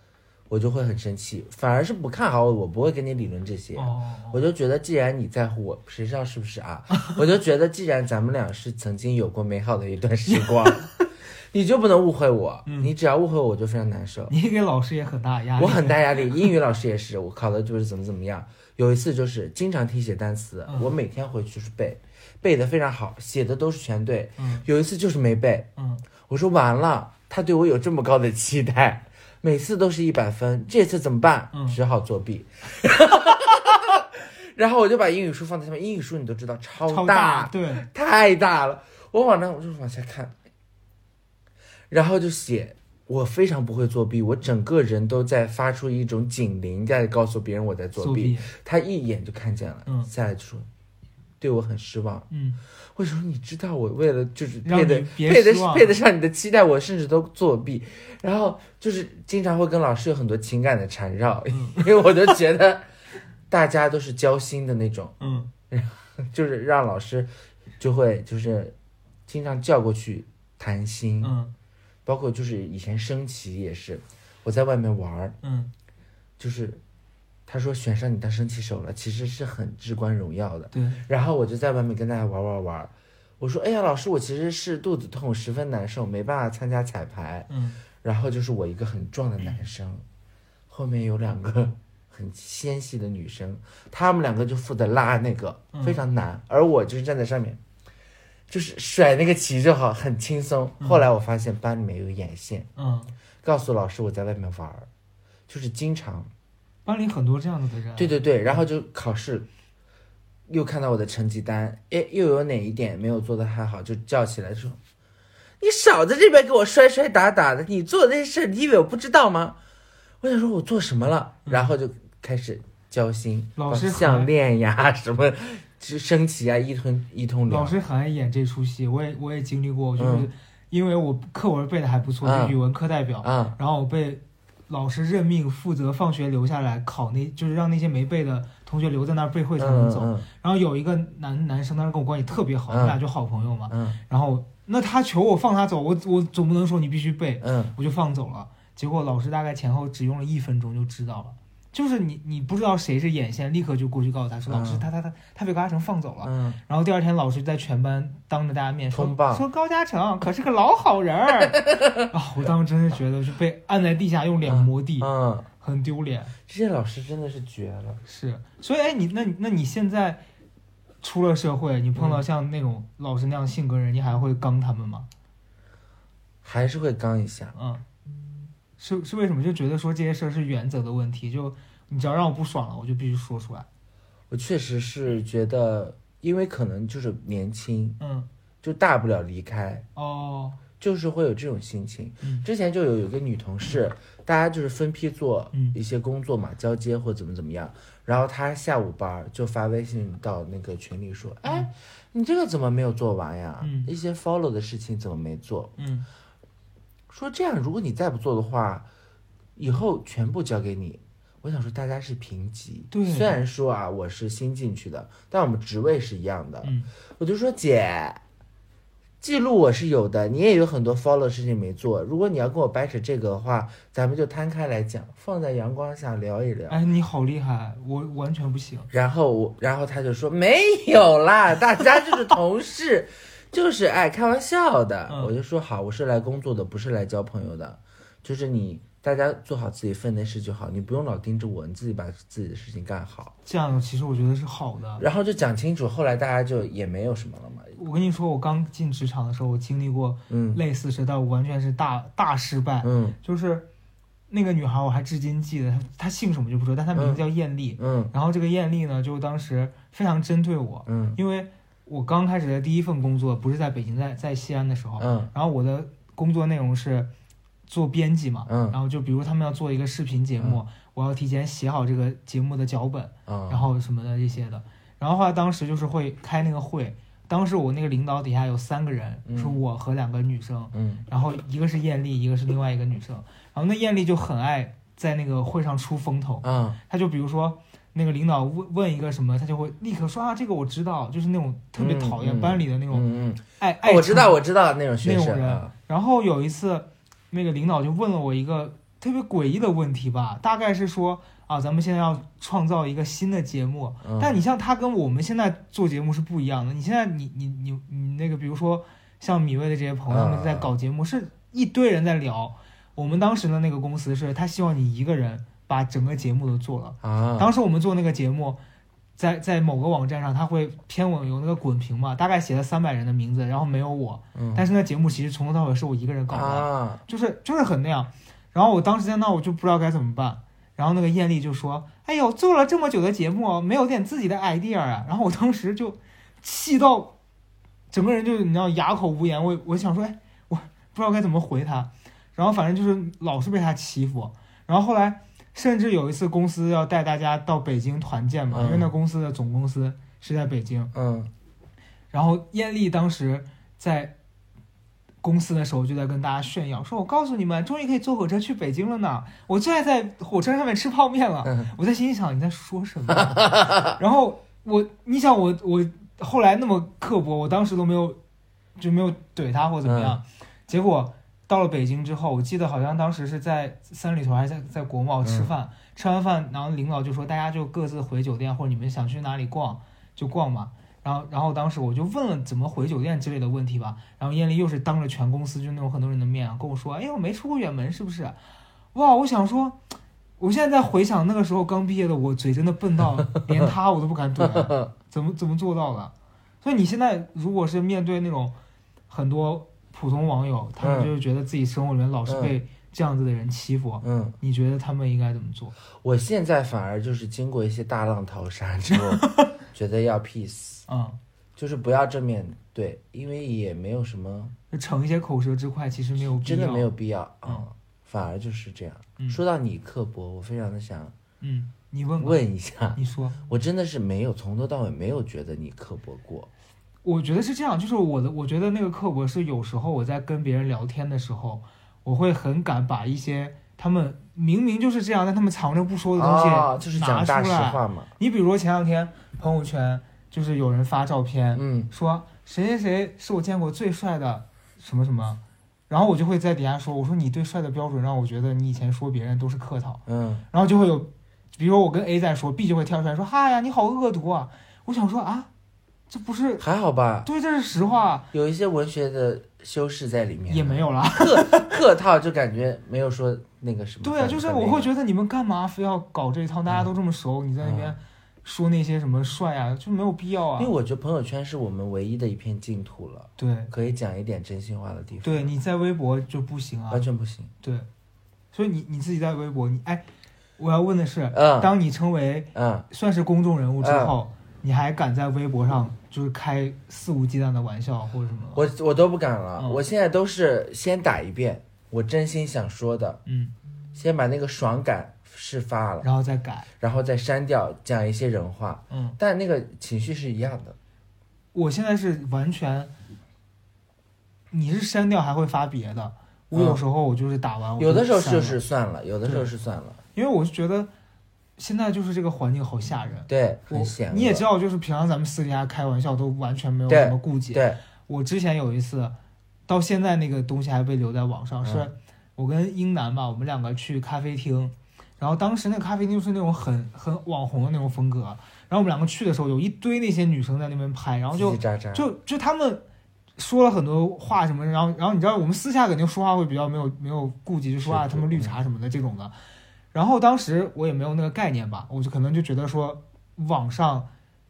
我就会很生气，反而是不看好我，我不会跟你理论这些。哦我就觉得，既然你在乎我，谁知道是不是啊？我就觉得，既然咱们俩是曾经有过美好的一段时光，你就不能误会我。你只要误会我，我就非常难受。你给老师也很大压力。我很大压力，英语老师也是，我考的就是怎么怎么样。有一次就是经常听写单词，嗯我每天回去是背，背的非常好，写的都是全对。嗯有一次就是没背，嗯我说完了，他对我有这么高的期 [laughs] 待，每次都是一百分，这次怎么办？嗯只好作 [laughs] 弊。然后我就把英语书放在下面，英语书你都知道超超对，太大了。我往那我就往下看，然后就写。我非常不会作弊，我整个人都在发出一种警铃，在告诉别人我在作作弊，他一眼就看见了，嗯下来就说对我很失望。嗯我说你知道我为了就是让配得你别配得失望配得上你的期待，我甚至都作弊，然后就是经常会跟老师有很多情感的缠绕，嗯因为我就觉得大家都是交心的那种，嗯就是让老师就会就是经常叫过去谈心，嗯包括就是以前升旗也是，我在外面玩儿，嗯就是他说选上你当升旗手了，其实是很至关荣耀的。对，然后我就在外面跟大家玩玩玩儿，我说哎呀老师，我其实是肚子痛，十分难受，没办法参加彩排。嗯然后就是我一个很壮的男生，后面有两个 [laughs] 很纤细的女生，他们两个就负责拉那个，非常难，而我就是站在上面，就是甩那个旗就好，很轻松。后来我发现班里面有眼线，嗯，告诉老师我在外面玩儿，就是经常，班里很多这样子的人。对，对对，然后就考试。又看到我的成绩单，诶，又有哪一点没有做的还好，就叫起来说：“你少在这边给我摔摔打打的，你做的这些事儿，你以为我不知道吗？”我想说，我做什么了？然后就开始交心，老搞师很项链呀，什么就升旗呀，一通一通聊。老师很爱演这出戏，我也我也经历过，就是嗯因为我课文背的还不错，啊是语文课代表，啊，然后我被老师任命负责放学留下来考那，就是让那些没背的同学留在那儿背会才能嗯走。嗯然后有一个男男生当时跟我关系特别好，嗯我们俩就好朋友嘛。嗯然后那他求我放他走，我我总不能说你必须背，嗯我就放走了。结果老师大概前后只用了一分钟就知道了，就是你你不知道谁是眼线，立刻就过去告诉他说、嗯老师他他他他被高嘉诚放走了。嗯，然后第二天，老师就在全班当着大家面说通报说高嘉诚可是个老好人儿 [laughs] 啊！我当时真是觉得就被按在地下用脸磨地，嗯，很丢脸。这些老师真的是绝了。是，所以哎，你那你那你现在出了社会，你碰到像那种老师那样性格人，你还会刚他们吗？还是会刚一下，嗯，是是为什么？就觉得说这些事儿是原则的问题，就你只要让我不爽了，我就必须说出来。我确实是觉得因为可能就是年轻，嗯，就大不了离开，哦，就是会有这种心情。嗯之前就有有个女同事，大家就是分批做嗯一些工作嘛，交接或怎么怎么样，然后她下午班儿就发微信到那个群里说，哎，你这个怎么没有做完呀？嗯一些 follow 的事情怎么没做？嗯，说这样，如果你再不做的话，以后全部交给你。我想说，大家是平级，对虽然说啊，我是新进去的，但我们职位是一样的。嗯，我就说姐，记录我是有的，你也有很多 follow 的事情没做。如果你要跟我掰扯这个的话，咱们就摊开来讲，放在阳光下聊一聊。哎，你好厉害，我完全不行。然后我，然后他就说没有啦，大家就是同事，就是哎开玩笑的。嗯我就说好，我是来工作的，不是来交朋友的，就是你大家做好自己分内事就好，你不用老盯着我，你自己把自己的事情干好。这样其实我觉得是好的。然后就讲清楚，后来大家就也没有什么了嘛。我跟你说，我刚进职场的时候，我经历过嗯类似事，但我完全是大大失败。嗯就是那个女孩，我还至今记得，她她姓什么就不说，但她名字叫艳丽。嗯然后这个艳丽呢，就当时非常针对我，嗯因为我刚开始的第一份工作不是在北京，在在西安的时候，嗯然后我的工作内容是做编辑嘛，嗯然后就比如他们要做一个视频节目，我要提前写好这个节目的脚本，然啊后什么的这些的。然后后来当时就是会开那个会，当时我那个领导底下有三个人，嗯是我和两个女生，嗯然后一个是艳丽，一个是另外一个女生。然后那艳丽就很爱在那个会上出风头，啊她就比如说那个领导问问一个什么，她就会立刻说啊这个我知道，就是那种特别嗯讨厌嗯班里的那种嗯爱、爱嗯，我知道成我知道那种学那种生人啊，然后有一次，那个领导就问了我一个特别诡异的问题吧，大概是说啊，咱们现在要创造一个新的节目，嗯但你像他跟我们现在做节目是不一样的。你现在你你你你那个，比如说像米未的这些朋友，他们在搞节目，是一堆人在聊。我们当时的那个公司是，他希望你一个人把整个节目都做了。啊，当时我们做那个节目，在在某个网站上，他会偏网有那个滚屏嘛，大概写了三百人的名字，然后没有我，嗯但是那节目其实从头到尾是我一个人搞的，啊就是就是很那样。然后我当时在那，我就不知道该怎么办。然后那个艳丽就说：“哎呦，做了这么久的节目，没有点自己的 idea 啊！”然后我当时就气到整个人就你知道哑口无言。我我想说，哎，我不知道该怎么回他。然后反正就是老是被他欺负。然后后来甚至有一次公司要带大家到北京团建嘛，嗯因为那公司的总公司是在北京。嗯然后艳丽当时在公司的时候就在跟大家炫耀，说我告诉你们，终于可以坐火车去北京了呢！我最爱在火车上面吃泡面了。嗯我在心里想你在说什么？啊然后我，你想我我后来那么刻薄，我当时都没有就没有怼他或怎么样。结果到了北京之后，我记得好像当时是在三里屯还是在在国贸吃饭，吃完饭然后领导就说大家就各自回酒店，或者你们想去哪里逛就逛嘛。然后，然后当时我就问了怎么回酒店之类的问题吧。然后艳丽又是当着全公司就那种很多人的面啊，跟我说：“哎呦，我没出过远门是不是？”哇，我想说，我现在在回想那个时候刚毕业的我，嘴真的 [laughs] 笨到连他我都不敢怼啊，怎么怎么做到的？所以你现在如果是面对那种很多普通网友，他嗯们就是觉得自己生活里面老是被这样子的人欺负，嗯。你觉得他们应该怎么做？我现在反而就是经过一些大浪淘沙之 [laughs] 后，觉得要 peace，嗯，就是不要正面对，因为也没有什么，就逞一些口舌之快，其实没有必要。真的没有。必要啊、嗯反而就是这样。嗯说到你刻薄，我非常的想嗯，你问吧，问一下，你说。我真的是没有从头到尾没有觉得你刻薄过。我觉得是这样，就是我的，我觉得那个刻薄是有时候我在跟别人聊天的时候，我会很敢把一些他们明明就是这样，但他们藏着不说的东西拿出来。啊，就是讲大实话嘛。你比如说前两天朋友圈就是有人发照片，嗯说谁谁谁是我见过最帅的什么什么，然后我就会在底下说，我说你对帅的标准让我觉得你以前说别人都是客套。嗯然后就会有，比如说我跟 A 在说，B 就会跳出来说：“哈呀，你好恶毒啊！”我想说啊，这不是还好吧，对，这是实话，有一些文学的修饰在里面，也没有啦。客客套，就感觉没有说那个什么很。对啊，就是很我那会个觉得你们干嘛非要搞这一套？大家都这么熟，你在那边说那些什么帅啊，就没有必要嗯因啊为。我觉得朋友圈是我们唯一的一片净土了，对，可以讲一点真心话的地方。对，你在微博就不行啊完。全不行。对，所以你你自己在微博，你哎，我要问的是，嗯当你成为嗯算是公众人物之后，你还敢在微博上就是开肆无忌惮的玩笑或者什么？我我都不敢了，嗯我现在都是先打一遍我真心想说的，嗯，先把那个爽感释发了，然后再改。然后再删掉讲一些人话，嗯，但那个情绪是一样的。我现在是完全，你是删掉还会发别的。我嗯有时候我就是打啊完，我有的时候删了就是算了，有的时候是算了，因为我是觉得现在就是这个环境好吓人。对，我很险恶。你也知道，就是平常咱们私底下开玩笑都完全没有对什么顾忌。对，我之前有一次，到现在那个东西还被留在网上，嗯是我跟英男吧，我们两个去咖啡厅，然后当时那个咖啡厅是那种很很网红的那种风格，然后我们两个去的时候，有一堆那些女生在那边拍，然后就叽叽喳喳，就就他们说了很多话什么，然后然后你知道我们私下肯定说话会比较没有没有顾忌，就说啊是嗯他们绿茶什么的这种的。然后当时我也没有那个概念吧，我就可能就觉得说网上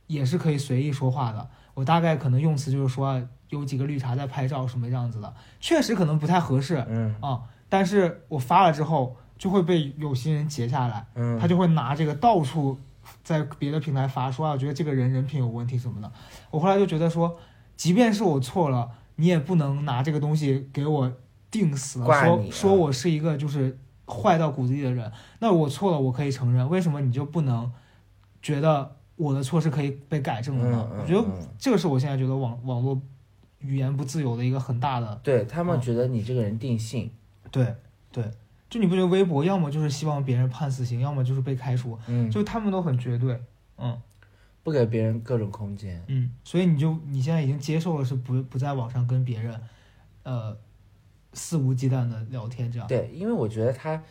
也是可以随意说话的。我大概可能用词就是说啊有几个绿茶在拍照什么样子的，确实可能不太合适嗯啊。但是我发了之后就会被有心人截下来，嗯，他就会拿这个到处在别的平台发说啊，觉得这个人人品有问题什么的。我后来就觉得说，即便是我错了，你也不能拿这个东西给我定死了，挂说你啊说我是一个就是坏到骨子里的人。那我错了，我可以承认，为什么你就不能觉得我的错是可以被改正的呢？嗯嗯我觉得嗯这个是我现在觉得网网络语言不自由的一个很大的对他们嗯觉得你这个人定性，对对。就你不觉得微博要么就是希望别人判死刑，要么就是被开除，嗯，就他们都很绝对，嗯不给别人各种空间。嗯，所以你就你现在已经接受了是不不在网上跟别人，呃，肆无忌惮的聊天这样，对，因为我觉得他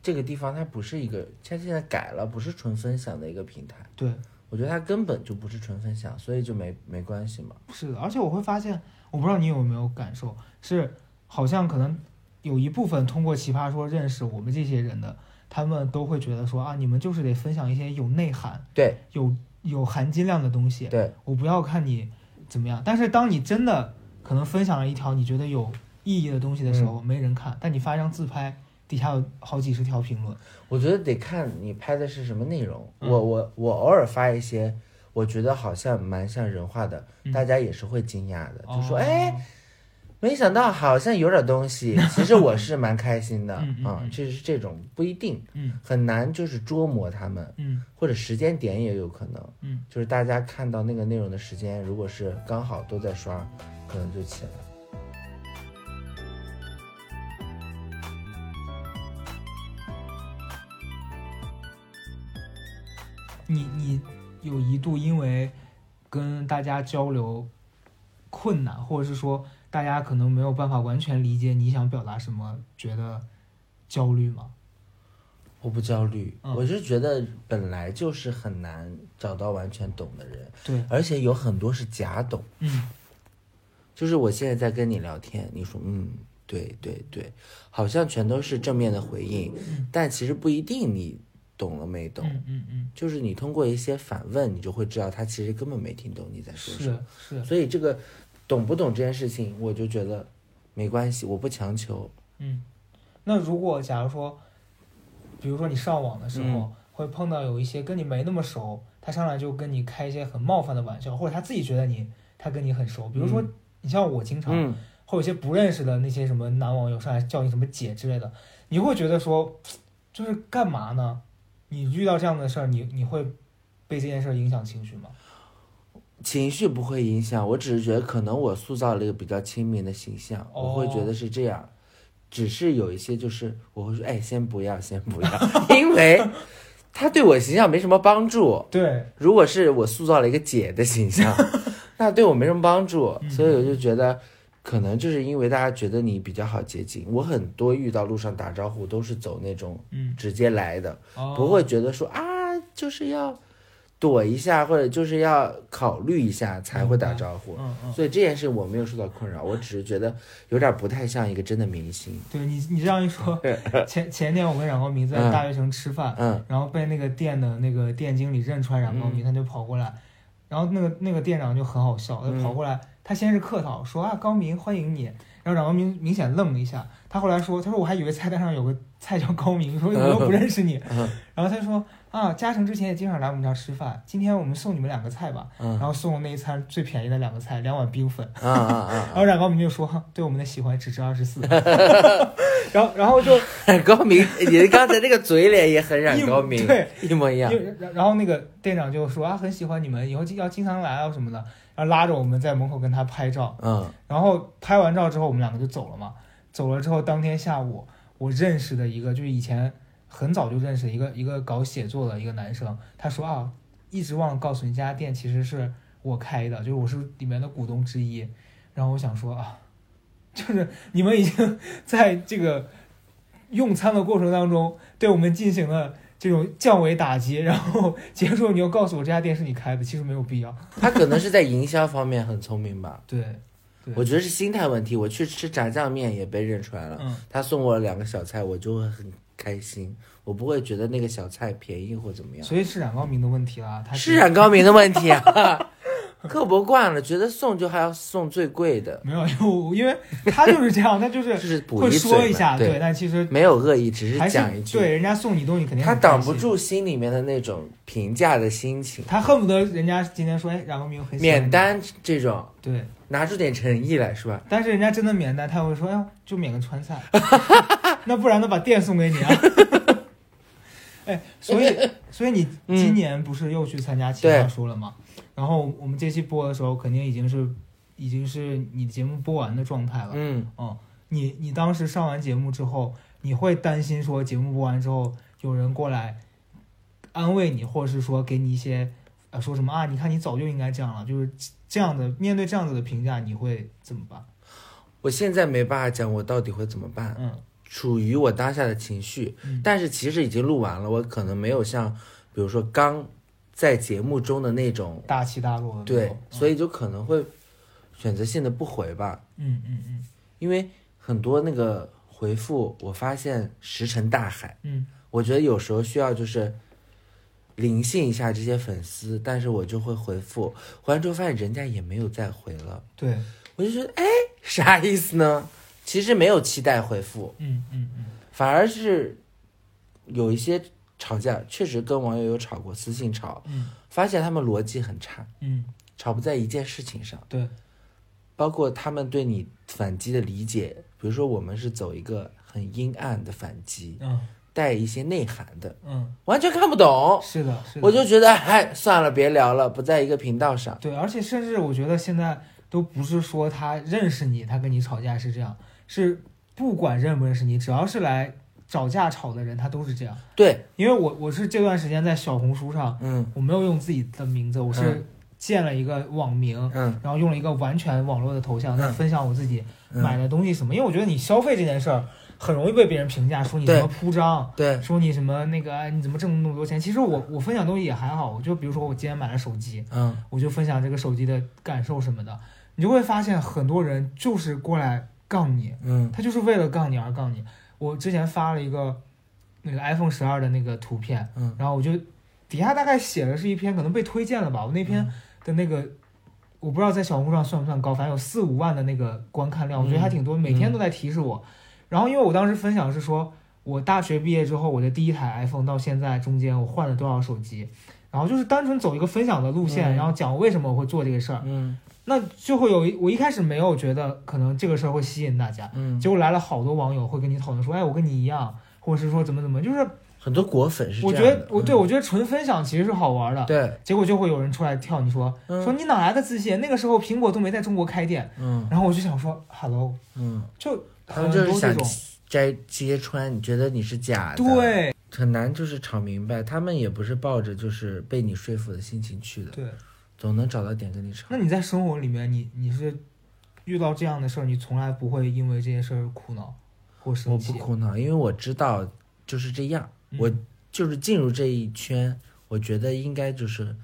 这个地方，它不是一个，它现在改了，不是纯分享的一个平台。对，我觉得它根本就不是纯分享，所以就没没关系嘛。是的，而且我会发现，我不知道你有没有感受，是好像可能有一部分通过奇葩说认识我们这些人的，他们都会觉得说啊，你们就是得分享一些有内涵、对有有含金量的东西，对，我不要看你怎么样。但是当你真的可能分享了一条你觉得有意义的东西的时候，嗯没人看，但你发一张自拍，底下有好几十条评论。我觉得得看你拍的是什么内容。嗯我我我偶尔发一些，我觉得好像蛮像人话的，嗯大家也是会惊讶的，就说哦哎，没想到好像有点东 [laughs] 西。其实我是蛮开心的嗯嗯啊嗯，这是这种不一定嗯很难，就是捉摸他们。嗯或者时间点也有可能，嗯，就是大家看到那个内容的时间，如果是刚好都在刷，可能就起来了。你你有一度因为跟大家交流困难，或者是说大家可能没有办法完全理解你想表达什么，觉得焦虑吗？我不焦虑，嗯我就觉得本来就是很难找到完全懂的人，对，而且有很多是假懂。嗯就是我现在在跟你聊天，你说嗯，对对对，好像全都是正面的回应，但其实不一定你懂了没懂。嗯嗯嗯，就是你通过一些反问，你就会知道他其实根本没听懂你在说什么是。是，所以这个懂不懂这件事情，我就觉得没关系，我不强求。嗯，那如果假如说，比如说你上网的时候、嗯会碰到有一些跟你没那么熟，他上来就跟你开一些很冒犯的玩笑，或者他自己觉得你他跟你很熟，比如说、嗯你像我经常、嗯，会有一些不认识的那些什么男网友上来叫你什么姐之类的，你会觉得说，就是干嘛呢？你遇到这样的事儿，你你会被这件事儿影响情绪吗？情绪不会影响，我只是觉得可能我塑造了一个比较亲民的形象，哦我会觉得是这样。只是有一些就是我会说，哎，先不要， [laughs] 先不要，因为他对我形象没什么帮助。对，如果是我塑造了一个姐的形象，那对我没什么帮助，所以我就觉得。可能就是因为大家觉得你比较好接近，我很多遇到路上打招呼都是走那种嗯，直接来的，哦不会觉得说啊，就是要躲一下，或者就是要考虑一下才会打招呼。嗯嗯，所以这件事我没有受到困扰，我只是觉得有点不太像一个真的明星。对你你这样一说，前前天我跟冉高明在嗯大悦城吃饭，嗯然后被那个店的那个店经理认出来冉高明，他就跑过来，然后那个那个店长就很好笑，他嗯跑过来，他先是客套说啊高明欢迎你，然后冉高明明显愣了一下，他后来说他说我还以为菜单上有个菜叫高明，说我又不认识你， [laughs] 嗯然后他说啊，嘉诚之前也经常来我们这儿吃饭，今天我们送你们两个菜吧，嗯然后送了那一餐最便宜的两个菜，两碗冰粉。啊啊然啊后冉高明就说：“哈对我们的喜欢只值 [laughs] 二十四。” [laughs] 然后，然后就啊！高明，你的刚才那个嘴脸也很染高明，一对，一模一样因。为然然后那个店长就说啊，很喜欢你们，以后经要经常来啊什么的，然后拉着我们在门口跟他拍照，嗯然后拍完照之后我们两个就走了嘛，走了之后当天下午我认识的一个就是以前很早就认识的一个一个搞写作的一个男生，他说啊，一直忘了告诉你这家店其实是我开的，就是我是里面的股东之一，然后我想说啊，就是你们已经在这个用餐的过程当中对我们进行了。这种降维打击，然后结束你又告诉我这家店是你开的，其实没有必要。他可能是在营销方面很聪明吧，对，对我觉得是心态问题。我去吃炸酱面也被认出来了，嗯，他送我两个小菜，我就会很开心，我不会觉得那个小菜便宜或怎么样。所以是冉高明的问题啦。他是冉高明的问题 [laughs] 啊，刻薄惯了，觉得送就还要送最贵的，没有，就因为他就是这样，他就就是是 [laughs] 补会一说嘴一下，嘛。对，对，但其实没有恶意，只还是是讲一句。对，人家送你东西肯定他很开挡不心，住心里面的那种评价的心情，他恨不得人家今天说，哎，冉高明很喜欢你免，单这种对，拿出点诚意来是吧？但是人家真的免单，他也会说，哎呦，就免个 [laughs] 川菜，那不然呢，把店送给你啊。哎，所以，所以你嗯今年不是又去参加奇葩说了吗？然后我们这期播的时候，肯定已经是已经是你节目播完的状态了。嗯，哦，你你当时上完节目之后，你会担心说节目播完之后有人过来安慰你，或者是说给你一些呃说什么啊？你看你早就应该这样了，就是这样的。面对这样子的评价，你会怎么办？我现在没办法讲我到底会怎么办，嗯处于我当下的情绪，嗯但是其实已经录完了，我可能没有像，比如说刚在节目中的那种，大起大落的那对种。，所以就可能会选择性的不回吧，嗯嗯嗯因为很多那个回复，我发现石沉大海。嗯我觉得有时候需要就是灵性一下这些粉丝，但是我就会回复，回完之后发现人家也没有再回了，嗯，对，我就觉得哎啥意思呢？其实没有期待回复，嗯嗯嗯反而是有一些吵架，确实跟网友有吵过，私信吵，嗯发现他们逻辑很差，嗯，吵不在一件事情上，对，包括他们对你反击的理解，比如说我们是走一个很阴暗的反击，嗯带一些内涵的，嗯，完全看不懂。是的，是的，我就觉得，哎，算了，别聊了，不在一个频道上。对，而且甚至我觉得现在都不是说他认识你，他跟你吵架是这样，是不管认不认识你，只要是来找架吵的人，他都是这样。对，因为我我是这段时间在小红书上，嗯我没有用自己的名字，我是嗯建了一个网名，嗯然后用了一个完全网络的头像，在嗯分享我自己买嗯，的东西什么。因为我觉得你消费这件事儿很容易被别人评价，说你什对么铺张。对，说你什么那个，哎你怎么挣那么多钱？其实我我分享东西也还好，我就比如说我今天买了手机，嗯我就分享这个手机的感受什么的，你就会发现很多人就是过来杠你，嗯他就是为了杠你而杠你。我之前发了一个那个 iPhone 十二的那个图片，嗯然后我就底下大概写的是一篇可能被推荐了吧，我那篇的那个。我不知道在小红书上算不算高，反正有四五万的那个观看嗯量，我觉得还挺多，每天都在提示我。然后因为我当时分享是说，我大学毕业之后，我的第一台 iPhone 到现在中间我换了多少手机，然后就是单纯走一个分享的路线，嗯然后讲为什么我会做这个事儿，嗯那就会有一我一开始没有觉得可能这个事儿会吸引大家，嗯，结果来了好多网友会跟你讨论说，哎，我跟你一样，或者是说怎么怎么，就是很多果粉是这我样觉的嗯得我对我觉得纯分享其实是好玩的，对，结果就会有人出来跳你说说嗯你哪来的自信？那个时候苹果都没在中国开店，嗯然后我就想说，hello，嗯，就他很们就是多这想种，摘揭穿，你觉得你是假的，，对很难就是吵明白。他们也不是抱着就是被你说服的心情去的，对。总能找到点跟你吵那。你在生活里面，你你是遇到这样的事儿，你从来不会因为这件事儿苦恼或我生不气？苦恼，因为我知道就是这样，我嗯就是进入这一圈，我觉得应该就是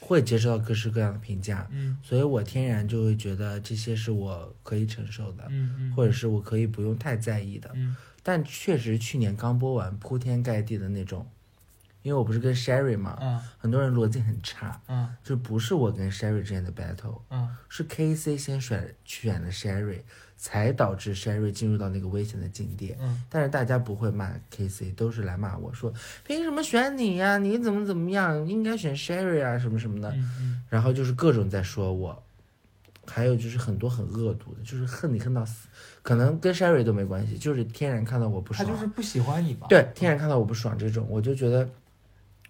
会接受到各式各样的评价，嗯所以我天然就会觉得这些是我可以承受的，嗯嗯，或者是我可以不用太在意的。嗯但确实去年刚播完，铺天盖地的那种，因为我不是跟 Sherry 嘛，嗯很多人逻辑很差，嗯就不是我跟 Sherry 之间的 battle，嗯是 KC 先选选了 Sherry，才导致 Sherry 进入到那个危险的境地。嗯，但是大家不会骂 KC，都是来骂我说凭什么选你呀、你怎么怎么样？应该选 Sherry 啊，什么什么的。嗯然后就是各种在说我，还有就是很多很恶毒的，就是恨你恨到死，可能跟 Sherry 都没关系，就是天然看到我不嗯，他爽，就是不喜欢你吧？对天然看到我不爽这种，我就觉得，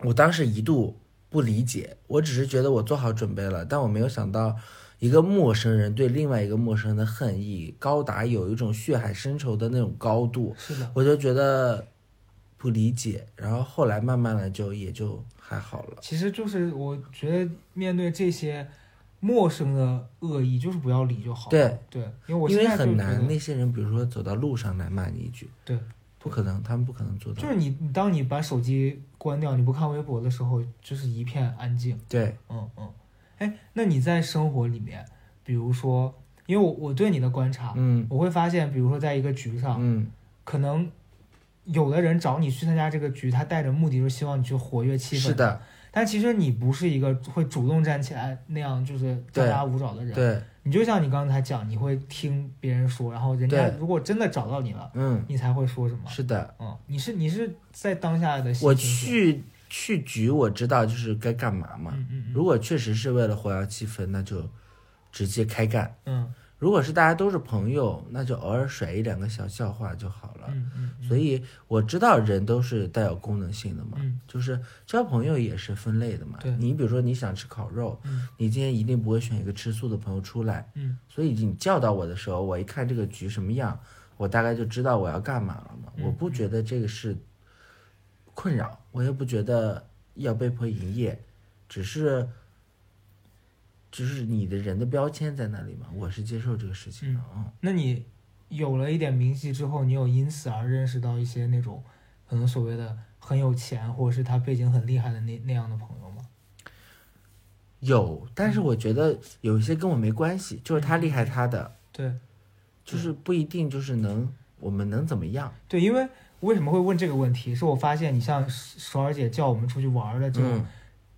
我当时一度不理解，我只是觉得我做好准备了，但我没有想到。一个陌生人对另外一个陌生人的恨意高达有一种血海深仇的那种高度，是的，我就觉得不理解。然后后来慢慢的就也就还好了。其实就是我觉得面对这些陌生的恶意，就是不要理就好了。对对，因为我因现为在就很觉得难，那些人比如说走到路上来骂你一句，对，不可能，他们不可能做到就。是你，你当你把手机关掉，你不看微博的时候，就是一片安静。对，嗯嗯，哎，那你在生活里面，比如说，因为我我对你的观察，嗯我会发现，比如说在一个局上，嗯，可能有的人找你去参加这个局，他带着目的就是希望你去活跃气氛。是，的，但其实你不是一个会主动站起来那样就是啊张牙舞爪的人。对，你就像你刚才讲，你会听别人说，然后人家对如果真的找到你了，嗯，你才会说什么。是的。嗯，你是你是在当下的心我情是去去局，我知道就是该干嘛嘛。嗯嗯如果确实是为了活跃气氛，那就直接开干；嗯如果是大家都是朋友，那就偶尔甩一两个小笑话就好了。嗯嗯嗯，所以我知道人都是带有功能性的嘛，嗯就是交朋友也是分类的嘛对。你比如说你想吃烤肉，嗯你今天一定不会选一个吃素的朋友出来，嗯所以你叫到我的时候，我一看这个局什么样，我大概就知道我要干嘛了嘛。嗯我不觉得这个是困扰，我也不觉得要被迫营业，只是就是你的人的标签在那里嘛，我是接受这个事情的啊。那你有了一点名气之后，你有因此而认识到一些那种可能所谓的很有钱，或者是他背景很厉害的那那样的朋友吗？有，但是我觉得有一些跟我没关系，就是嗯他厉害他的，对就是不一定就是能我们能怎么样。对，因为为什么会问这个问题？是我发现你像首尔姐叫我们出去玩儿的这种嗯，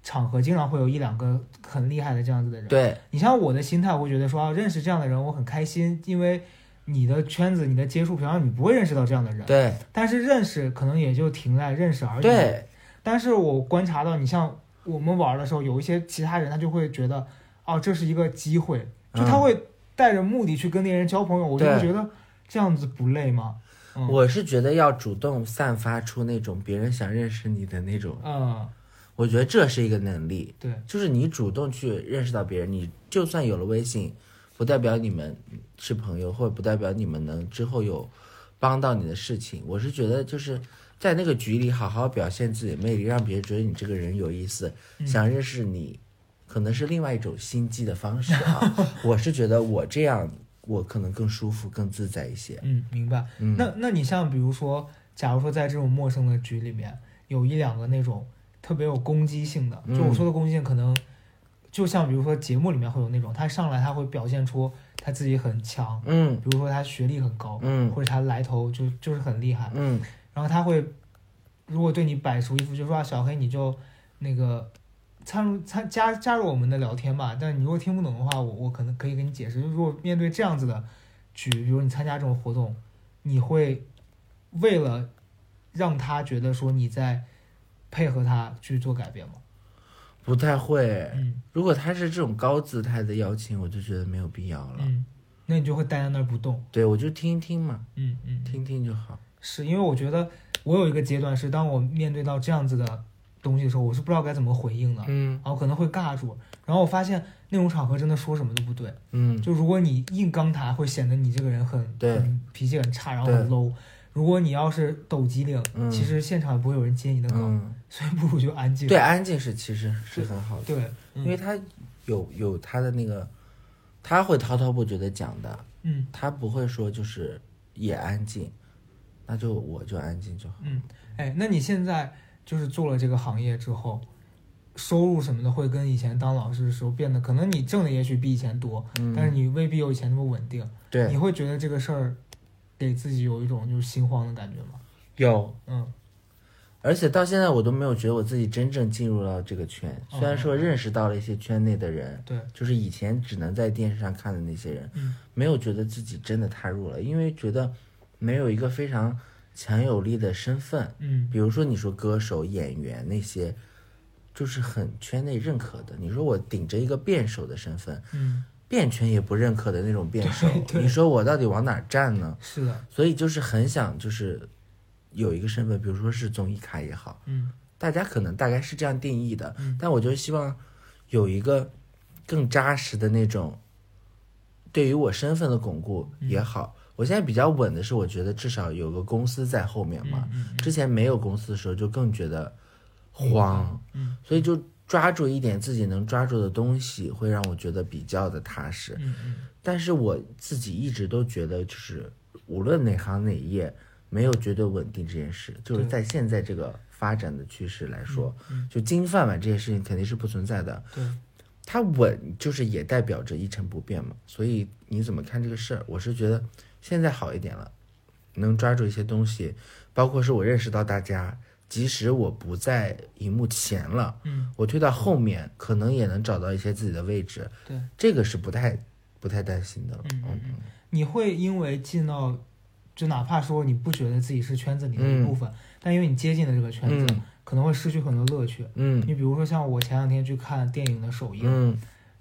场合，经常会有一两个很厉害的这样子的人。对，你像我的心态，我会觉得说、啊、认识这样的人我很开心，因为你的圈子、你的接触，平常你不会认识到这样的人。对，但是认识可能也就停在认识而已。。对，但是我观察到，你像我们玩的时候，有一些其他人他就会觉得，哦，这是一个机会，就他嗯会带着目的去跟那些人交朋友，我就会对觉得这样子不累吗？嗯，我是觉得要主动散发出那种别人想认识你的那种，嗯，我觉得这是一个能力，对，就是你主动去认识到别人，你就算有了微信，不代表你们是朋友，或者不代表你们能之后有帮到你的事情。我是觉得就是在那个局里好好表现自己的魅力，让别人觉得你这个人有意思，嗯想认识你，可能是另外一种心机的方式 [laughs] 啊。我是觉得我这样，我可能更舒服、更自在一些。嗯，明白。嗯，那那你像比如说，假如说在这种陌生的局里面，有一两个那种特别有攻击性的，就我嗯说的攻击性，可能就像比如说节目里面会有那种，他上来他会表现出他自己很强，嗯比如说他学历很高，嗯或者他来头就就是很厉害，嗯然后他会如果对你摆出一副就说啊小黑你就那个。参入参加加入我们的聊天吧，但你如果听不懂的话，我我可能可以给你解释。就如果面对这样子的局，比如你参加这种活动，你会为了让他觉得说你在配合他去做改变吗？不太会。嗯如果他是这种高姿态的邀请，我就觉得没有必要了。嗯，那你就会待在那儿不动。对，我就听一听嘛，嗯嗯听听就好。是因为我觉得我有一个阶段是，当我面对到这样子的东西的时候，我是不知道该怎么回应的，嗯然后可能会尬住，然后我发现那种场合真的说什么都不对。嗯，就如果你硬刚他，会显得你这个人很对很脾气很差，然后很对 low。如果你要是抖机灵，嗯其实现场也不会有人接你的梗，嗯，所以不如就安静。对，安静是其实是很好的，对，嗯因为他有有他的那个，他会滔滔不绝的讲的，嗯他不会说就是也安静，那就我就安静就好。嗯，哎，那你现在就是做了这个行业之后，收入什么的会跟以前当老师的时候变得，可能你挣的也许比以前多，但是嗯，你未必有以前那么稳定。你对，会觉得这个事儿给自己有一种就是心慌的感觉吗？有嗯而且到现在我都没有觉得我自己真正进入到这个圈，虽然说认识到了一些圈内的人，对，就是以前只能在电视上看的那些人，嗯没有觉得自己真的踏入了，因为觉得没有一个非常强有力的身份，嗯比如说你说歌手、演员那些，就是很圈内认可的。你说我顶着一个辩手的身份，嗯，辩圈也不认可的那种辩手对，对你说我到底往哪儿站呢？是的，所以就是很想就是有一个身份，比如说是综艺咖也好，嗯大家可能大概是这样定义的，嗯但我就希望有一个更扎实的那种对于我身份的巩固也好。嗯我现在比较稳的是，我觉得至少有个公司在后面嘛。嗯嗯之前没有公司的时候，就更觉得慌，嗯所以就抓住一点自己能抓住的东西，会让我觉得比较的踏实。嗯嗯但是我自己一直都觉得，就是无论哪行哪业，没有绝对稳定这件事，就是对在现在这个发展的趋势来说，嗯就金饭碗这件事情肯定是不存在的。对，它稳就是也代表着一成不变嘛。所以你怎么看这个事儿？我是觉得现在好一点了，能抓住一些东西，包括是我认识到大家，即使我不在荧幕前了，嗯我退到后面，可能也能找到一些自己的位置。对，这个是不太不太担心的了。嗯嗯嗯，你会因为进到，就哪怕说你不觉得自己是圈子里的一部分，但因为你接近了这个圈子，嗯可能会失去很多乐趣。嗯你比如说像我前两天去看电影的首映，嗯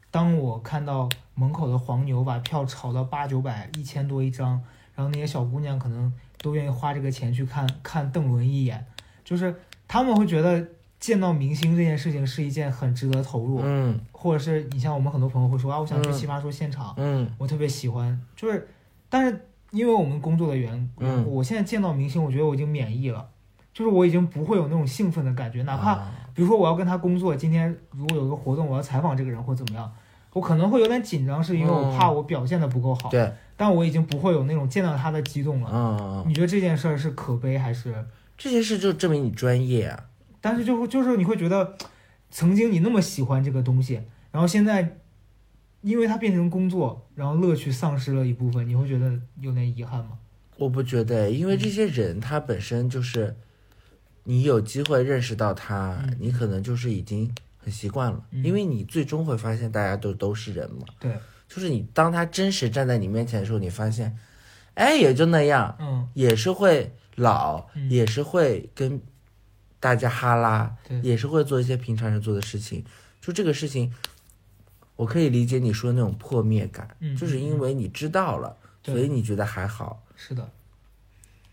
当我看到门口的黄牛把票炒到八九百、一千多一张，然后那些小姑娘可能都愿意花这个钱去看看邓伦一眼，就是他们会觉得见到明星这件事情是一件很值得投入，嗯或者是你像我们很多朋友会说啊，我想去嗯奇葩说现场，嗯我特别喜欢，就是，但是因为我们工作的缘故，嗯我现在见到明星，我觉得我已经免疫了，就是我已经不会有那种兴奋的感觉，哪怕啊比如说我要跟他工作，今天如果有一个活动，我要采访这个人或怎么样，我可能会有点紧张，是因为我嗯怕我表现的不够好，对，啊但我已经不会有那种见到他的激动了。嗯，你觉得这件事儿是可悲还是？这些事就证明你专业啊。但是就就是你会觉得，曾经你那么喜欢这个东西，然后现在，因为它变成工作，然后乐趣丧失了一部分，你会觉得有点遗憾吗？我不觉得，因为这些人他本身就是，你有机会认识到他，嗯你可能就是已经很习惯了，嗯因为你最终会发现大家都都是人嘛。对，就是你当他真实站在你面前的时候，你发现，哎，也就那样，嗯，也是会老，嗯也是会跟大家哈拉，对也是会做一些平常人做的事情。就这个事情，我可以理解你说那种破灭感，嗯就是因为你知道了，对所以你觉得还好。是的，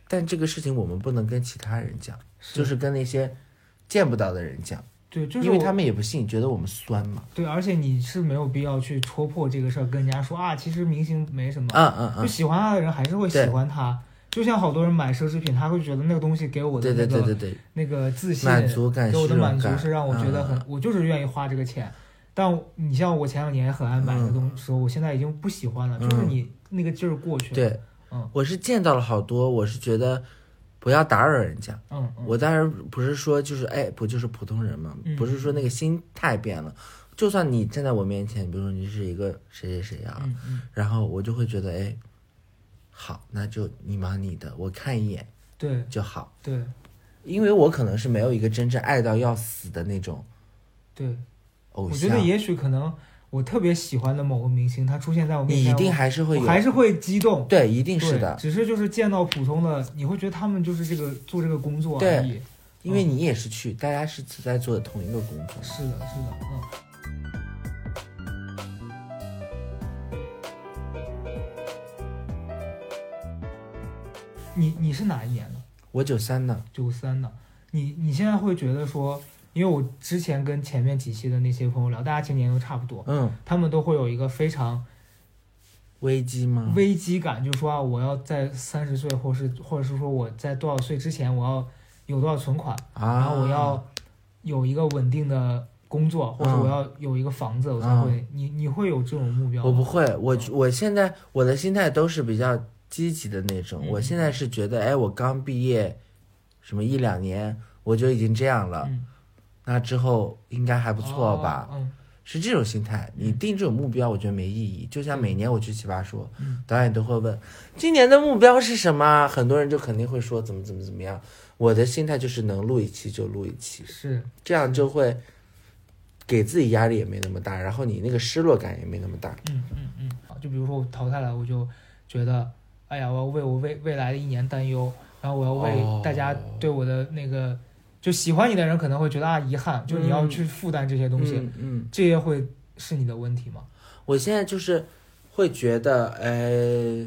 但这个事情我们不能跟其他人讲，是就是跟那些见不到的人讲，对，就是因为我他们也不信，觉得我们酸嘛。对，而且你是没有必要去戳破这个事儿，跟人家说啊，其实明星没什么，嗯嗯就嗯，喜欢他的人还是会喜对欢他。就像好多人买奢侈品，他会觉得那个东西给我的对那个对对对对，那个自信、满足感、给我虚的满荣足感是让我觉得很，嗯我就是愿意花这个钱。但你像我前两年很爱买的东西，我现在已经不喜欢了，就是嗯你那个劲儿过去了。，对，嗯我是见到了好多，我是觉得不要打扰人家。嗯嗯，我当然不是说就是哎，不就是普通人嘛，嗯不是说那个心态变了。就算你站在我面前，比如说你是一个谁谁谁啊，嗯嗯，然后我就会觉得哎，好，那就你忙你的，我看一眼对就好。对因为我可能是没有一个真正爱到要死的那种对，偶我像，觉得也许可能我特别喜欢的某个明星，他出现在我面你前，一定我还是会我有，还是会激动。对，一定对，是的，只是就是见到普通的，你会觉得他们就是这个做这个工作而对已。因嗯为你也是去，大家是在做同一个工作。是的，是的，嗯。你你是哪一年的？我九三呢，九三的。你你现在会觉得说，因为我之前跟前面几期的那些朋友聊，大家今年都差不多，嗯，他们都会有一个非常危机吗？危机感，就说啊，我要在三十岁，或是或者是说我在多少岁之前，我要有多少存款，啊，然后我要有一个稳定的工作，或者嗯我要有一个房子，我才嗯会。你你会有这种目标吗？我不会，我嗯我现在我的心态都是比较积极的那种。嗯我现在是觉得，哎，我刚毕业，什么一两年，我就已经这样了，嗯，那之后应该还不错吧？哦？嗯是这种心态。你定这种目标，我觉得没意义。就像每年我去奇葩说，嗯导演都会问今年的目标是什么啊，很多人就肯定会说怎么怎么怎么样。我的心态就是能录一期就录一期，是这样就会给自己压力也没那么大，然后你那个失落感也没那么大。嗯嗯嗯，就比如说我淘汰了，我就觉得，哎呀，我要为我未未来的一年担忧，然后我要哦为大家对我的那个，就喜欢你的人可能会觉得啊遗憾，就你要嗯去负担这些东西，嗯嗯，这些会是你的问题吗？我现在就是会觉得，呃，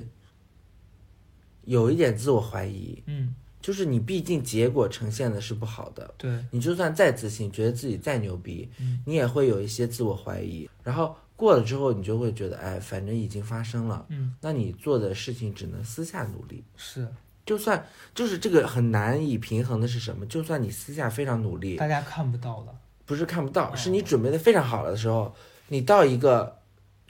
有一点自我怀疑，嗯，就是你毕竟结果呈现的是不好的，对，你就算再自信，觉得自己再牛逼，嗯你也会有一些自我怀疑。然后过了之后，你就会觉得，哎，反正已经发生了，嗯，那你做的事情只能私下努力。是就算就是这个很难以平衡的是什么？就算你私下非常努力，大家看不到的，不是看不到，哦是你准备的非常好的时候，你到一个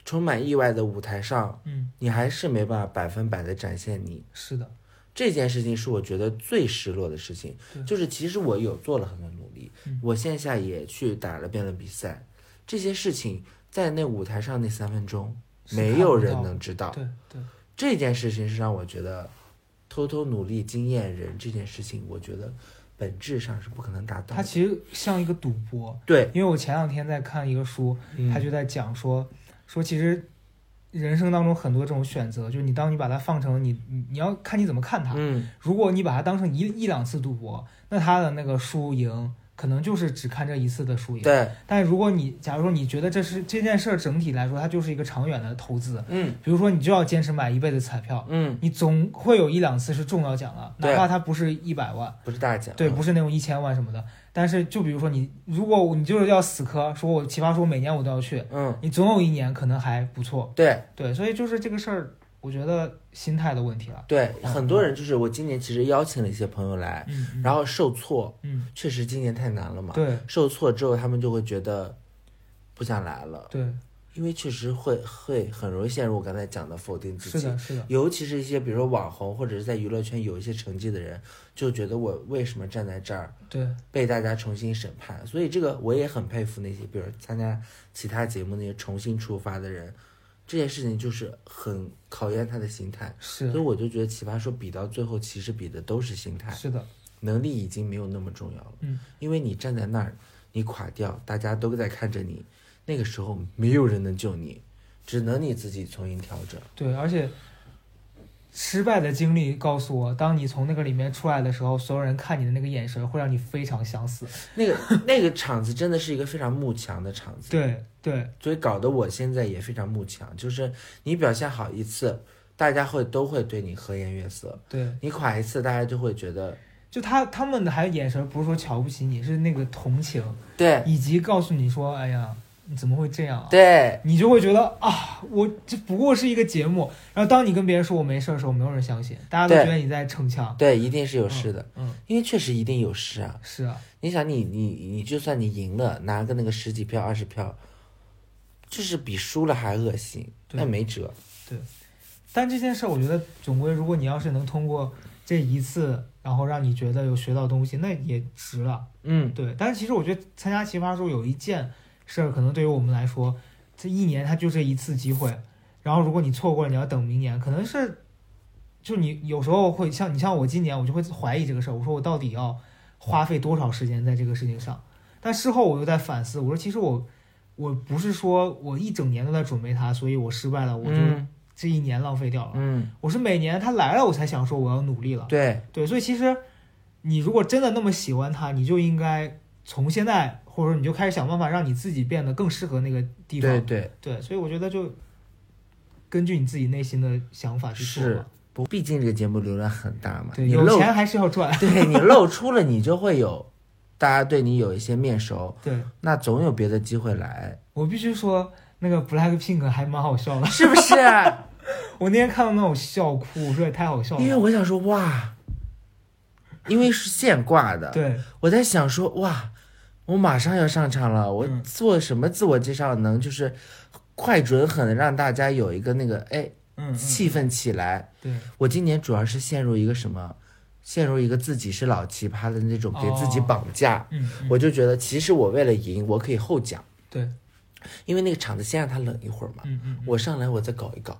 充满意外的舞台上，嗯，你还是没办法百分百的展现你。是的，这件事情是我觉得最失落的事情对，就是其实我有做了很多努力，嗯我线下也去打了辩论比赛，这些事情在那舞台上那三分钟，是没有看不人到能知道。对对，这件事情是让我觉得，偷偷努力惊艳人这件事情，我觉得本质上是不可能达到它的。其实像一个赌博，对，嗯因为我前两天在看一个书，他就在讲说，说其实人生当中很多这种选择，就是你当你把它放成你，你你要看你怎么看它。嗯，如果你把它当成一一两次赌博，那它的那个输赢可能就是只看这一次的输赢。对，但如果你假如说你觉得这是这件事儿整体来说，它就是一个长远的投资，嗯比如说你就要坚持买一辈子彩票，嗯，你总会有一两次是中到奖了，哪对怕它不是一百万。不是大嗯奖，对，不是那种一千万什么的。但是就比如说你，如果你就是要死磕，说我奇葩说每年我都要去，嗯，你总有一年可能还不错。对对，所以就是这个事儿，我觉得心态的问题了。对，嗯很多人就是我今年其实邀请了一些朋友来，嗯，然后后受挫，嗯，确实今年太难了嘛，对受挫之后他们就会觉得不想来了，对，因为确实会会很容易陷入我刚才讲的否定自己，是的，是的，尤其是一些比如说网红或者是在娱乐圈有一些成绩的人，就觉得我为什么站在这儿对，被大家重新审判？所以这个我也很佩服那些，比如参加其他节目那些重新出发的人，这件事情就是很考验他的心态。所以是我就觉得《奇葩说》比到最后，其实比的都是心态，是的，能力已经没有那么重要了。嗯，因为你站在那儿，你垮掉，大家都在看着你，那个时候没有人能救你，只能你自己重新调整。对，而且。失败的经历告诉我，当你从那个里面出来的时候，所有人看你的那个眼神会让你非常想死。那个 [laughs] 那个场子真的是一个非常慕强的场子，，对对，所以搞得我现在也非常慕强，就是你表现好一次，大家会都会对你和颜悦色；对，你垮一次，大家就会觉得就他他们的还眼神不是说瞧不起你，是那个同情。对以及告诉你说，哎呀，你怎么会这样、啊？，对你就会觉得啊，我这不过是一个节目。然后当你跟别人说我没事儿的时候，没有人相信，大家都对觉得你在逞强。对，一定是有事的，嗯，因为确实一定有事啊。是啊，你想你，你你就算你赢了，拿个那个十几票、二十票，就是比输了还恶心，对那没辙。但这件事儿，我觉得总归，如果你要是能通过这一次，然后让你觉得有学到东西，那也值了。嗯，对，但是其实我觉得参加奇葩说有一件事儿，可能对于我们来说，这一年它就这一次机会，然后如果你错过了，你要等明年，可能是就你有时候会像你像我今年，我就会怀疑这个事儿，我说我到底要花费多少时间在这个事情上？但事后我又在反思，我说其实我我不是说我一整年都在准备它，所以我失败了，我就嗯这一年浪费掉了。嗯，我是每年它来了，我才想说我要努力了。对对，所以其实你如果真的那么喜欢它，你就应该从现在，或者说你就开始想办法让你自己变得更适合那个地方。对对，对所以我觉得就根据你自己内心的想法去做是吧。不，毕竟这个节目流量很大嘛，对，你有露钱还是要赚。 [laughs] 对你露出了，你就会有大家对你有一些面熟，对那总有别的机会 [laughs] 来，我必须说，那个 Blackpink 还蛮好笑的。 [laughs] 是不是？啊我那天看到那种笑哭，我说也太好笑因为了。我想说哇，因为是现挂的，对，我在想说哇，我马上要上场了，我嗯做什么自我介绍能就是快准狠的让大家有一个那个哎嗯，嗯气氛起来。对，我今年主要是陷入一个什么，陷入一个自己是老奇葩的那种给自己哦绑架。嗯，嗯我就觉得，其实我为了赢，我可以后讲，对，嗯因为那个场子先让它冷一会儿嘛。嗯嗯我上来我再搞一搞，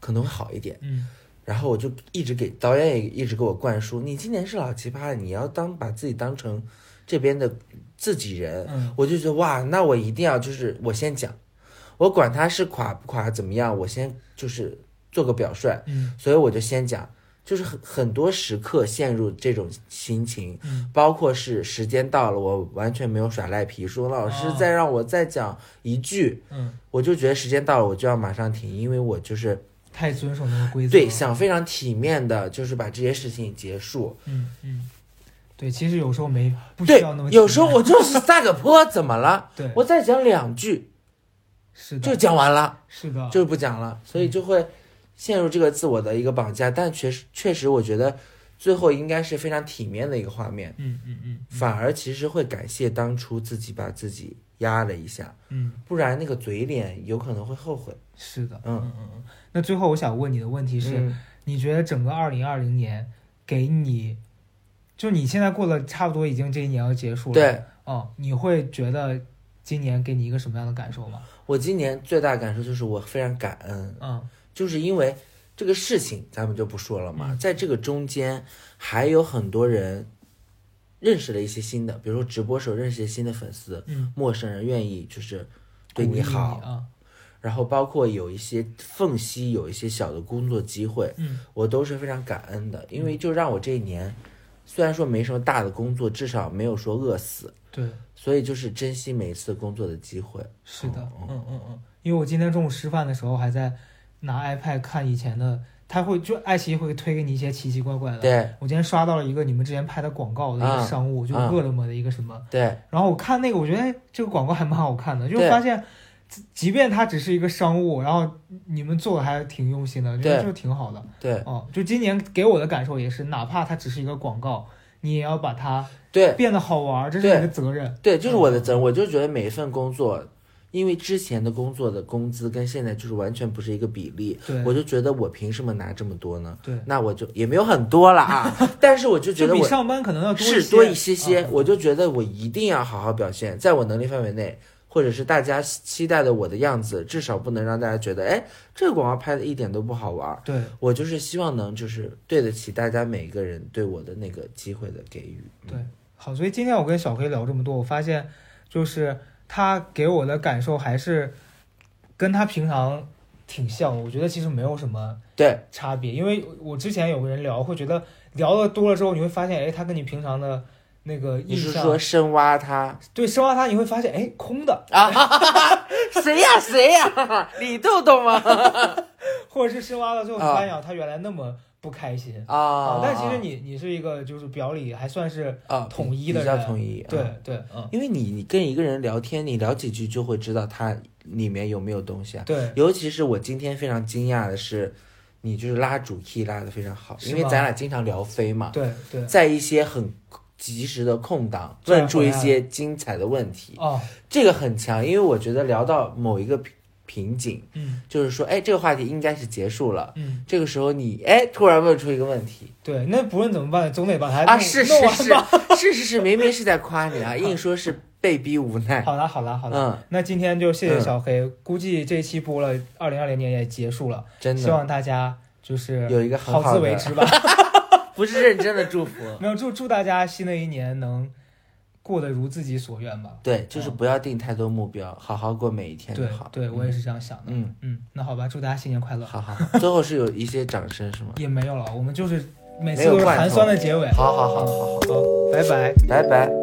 可能会好一点。嗯，然后我就一直给导演也一直给我灌输，你今年是老奇葩，你要当把自己当成这边的自己人。嗯我就觉得哇，那我一定要就是我先讲，我管他是垮不垮怎么样，我先就是做个表率。嗯所以我就先讲，就是很很多时刻陷入这种心情，嗯包括是时间到了，我完全没有耍赖皮，说老师哦再让我再讲一句，嗯，我就觉得时间到了，我就要马上停，因为我就是太遵守那个规则了。对想非常体面的，就是把这些事情结束。嗯嗯，对，其实有时候没不需对要那么，紧有时候张我就是撒个泼，怎么了？ [laughs] 对我再讲两句是就的，讲完了，是的，就不讲了，所嗯以就会陷入这个自我的一个绑架。但确实确实，我觉得最后应该是非常体面的一个画面。嗯嗯嗯反而其实会感谢当初自己把自己压了一下，嗯，不然那个嘴脸有可能会后悔。是的，嗯嗯嗯嗯。那最后我想问你的问题是，嗯你觉得整个二零二零年给你，就你现在过了差不多已经这一年要结束了，对，哦，你会觉得今年给你一个什么样的感受吗？我今年最大感受就是我非常感恩，嗯就是因为这个事情咱们就不说了嘛，嗯在这个中间还有很多人认识了一些新的，比如说直播时候认识一些新的粉丝，嗯，陌生人愿意就是对鼓励你你好，啊，然后包括有一些缝隙，有一些小的工作机会，嗯我都是非常感恩的，因为就让我这一年，虽然说没什么大的工作，至少没有说饿死，对，所以就是珍惜每一次工作的机会。是的，嗯嗯嗯嗯，因为我今天中午吃饭的时候还在拿 iPad 看以前的，他会就爱奇艺会推给你一些奇奇怪怪的。对我今天刷到了一个你们之前拍的广告的一啊个商务，就是啊饿了么的一个什么，对然后我看那个，我觉得哎这个广告还蛮好看的，就对发现，即即便它只是一个商务，然后你们做的还挺用心的，觉对得就挺好的。对哦，就今年给我的感受也是，哪怕它只是一个广告，你也要把它对变得好玩儿，这是对你的责任。对，就是我的嗯责任。我就觉得每一份工作，因为之前的工作的工资跟现在就是完全不是一个比例，对，我就觉得我凭什么拿这么多呢？对，那我就也没有很多了 [laughs] 啊，但是我就觉就得比我上班可能要多是多一些嗯些，我就觉得我一定要好好表现，在我能力范围内，或者是大家期待的我的样子，至少不能让大家觉得，哎，这个广告拍的一点都不好玩儿。对我就是希望能就是对得起大家每一个人对我的那个机会的给予。对，好，所以今天我跟小黑聊这么多，我发现就是他给我的感受还是跟他平常挺像，我觉得其实没有什么对差别，因为我之前有个人聊，会觉得聊的多了之后，你会发现，哎，他跟你平常的那个你印是象，说深挖他对，深挖他，你会发现，哎，空的， [laughs] 谁呀谁呀？李豆豆吗？或者是深挖了之后，你发现啊，他原来那么不开心。啊，但其实你你是一个就是表里还算是啊统一的比较人统一，对啊对嗯因为你你跟一个人聊天，你聊几句就会知道他里面有没有东西啊。对尤其是我今天非常惊讶的是，你就是拉主 key 拉的非常好，是因吗为咱俩经常聊飞嘛，对对在一些很及时的空档对问出一些精彩的问题，哦这个很强，因为我觉得聊到某一个瓶瓶颈，嗯就是说，哎，这个话题应该是结束了。嗯这个时候你哎，突然问出一个问题对，那不论怎么办，总得把它啊，弄是弄是完是吧。是是是，明明是在夸你啊，硬说是被逼无奈。好啦好啦好啦，嗯，那今天就谢谢嗯小黑，估计这一期播了，二零二零年也结束了，真希的望大家就是有一个很好好的自为 [laughs] 之吧。不是认真的祝 [laughs] 福。没有，祝祝大家新的一年能过得如自己所愿吧。对，就是不要定太多目标，好好过每一天就对好。，对我也是这样想的。嗯，嗯，那好吧，祝大家新年快乐。好好，好最后是有一些掌声 [laughs] 是吗？也没有了，我们就是每次没有都是罐寒头酸的结尾。好好好好好，好，拜拜。拜拜。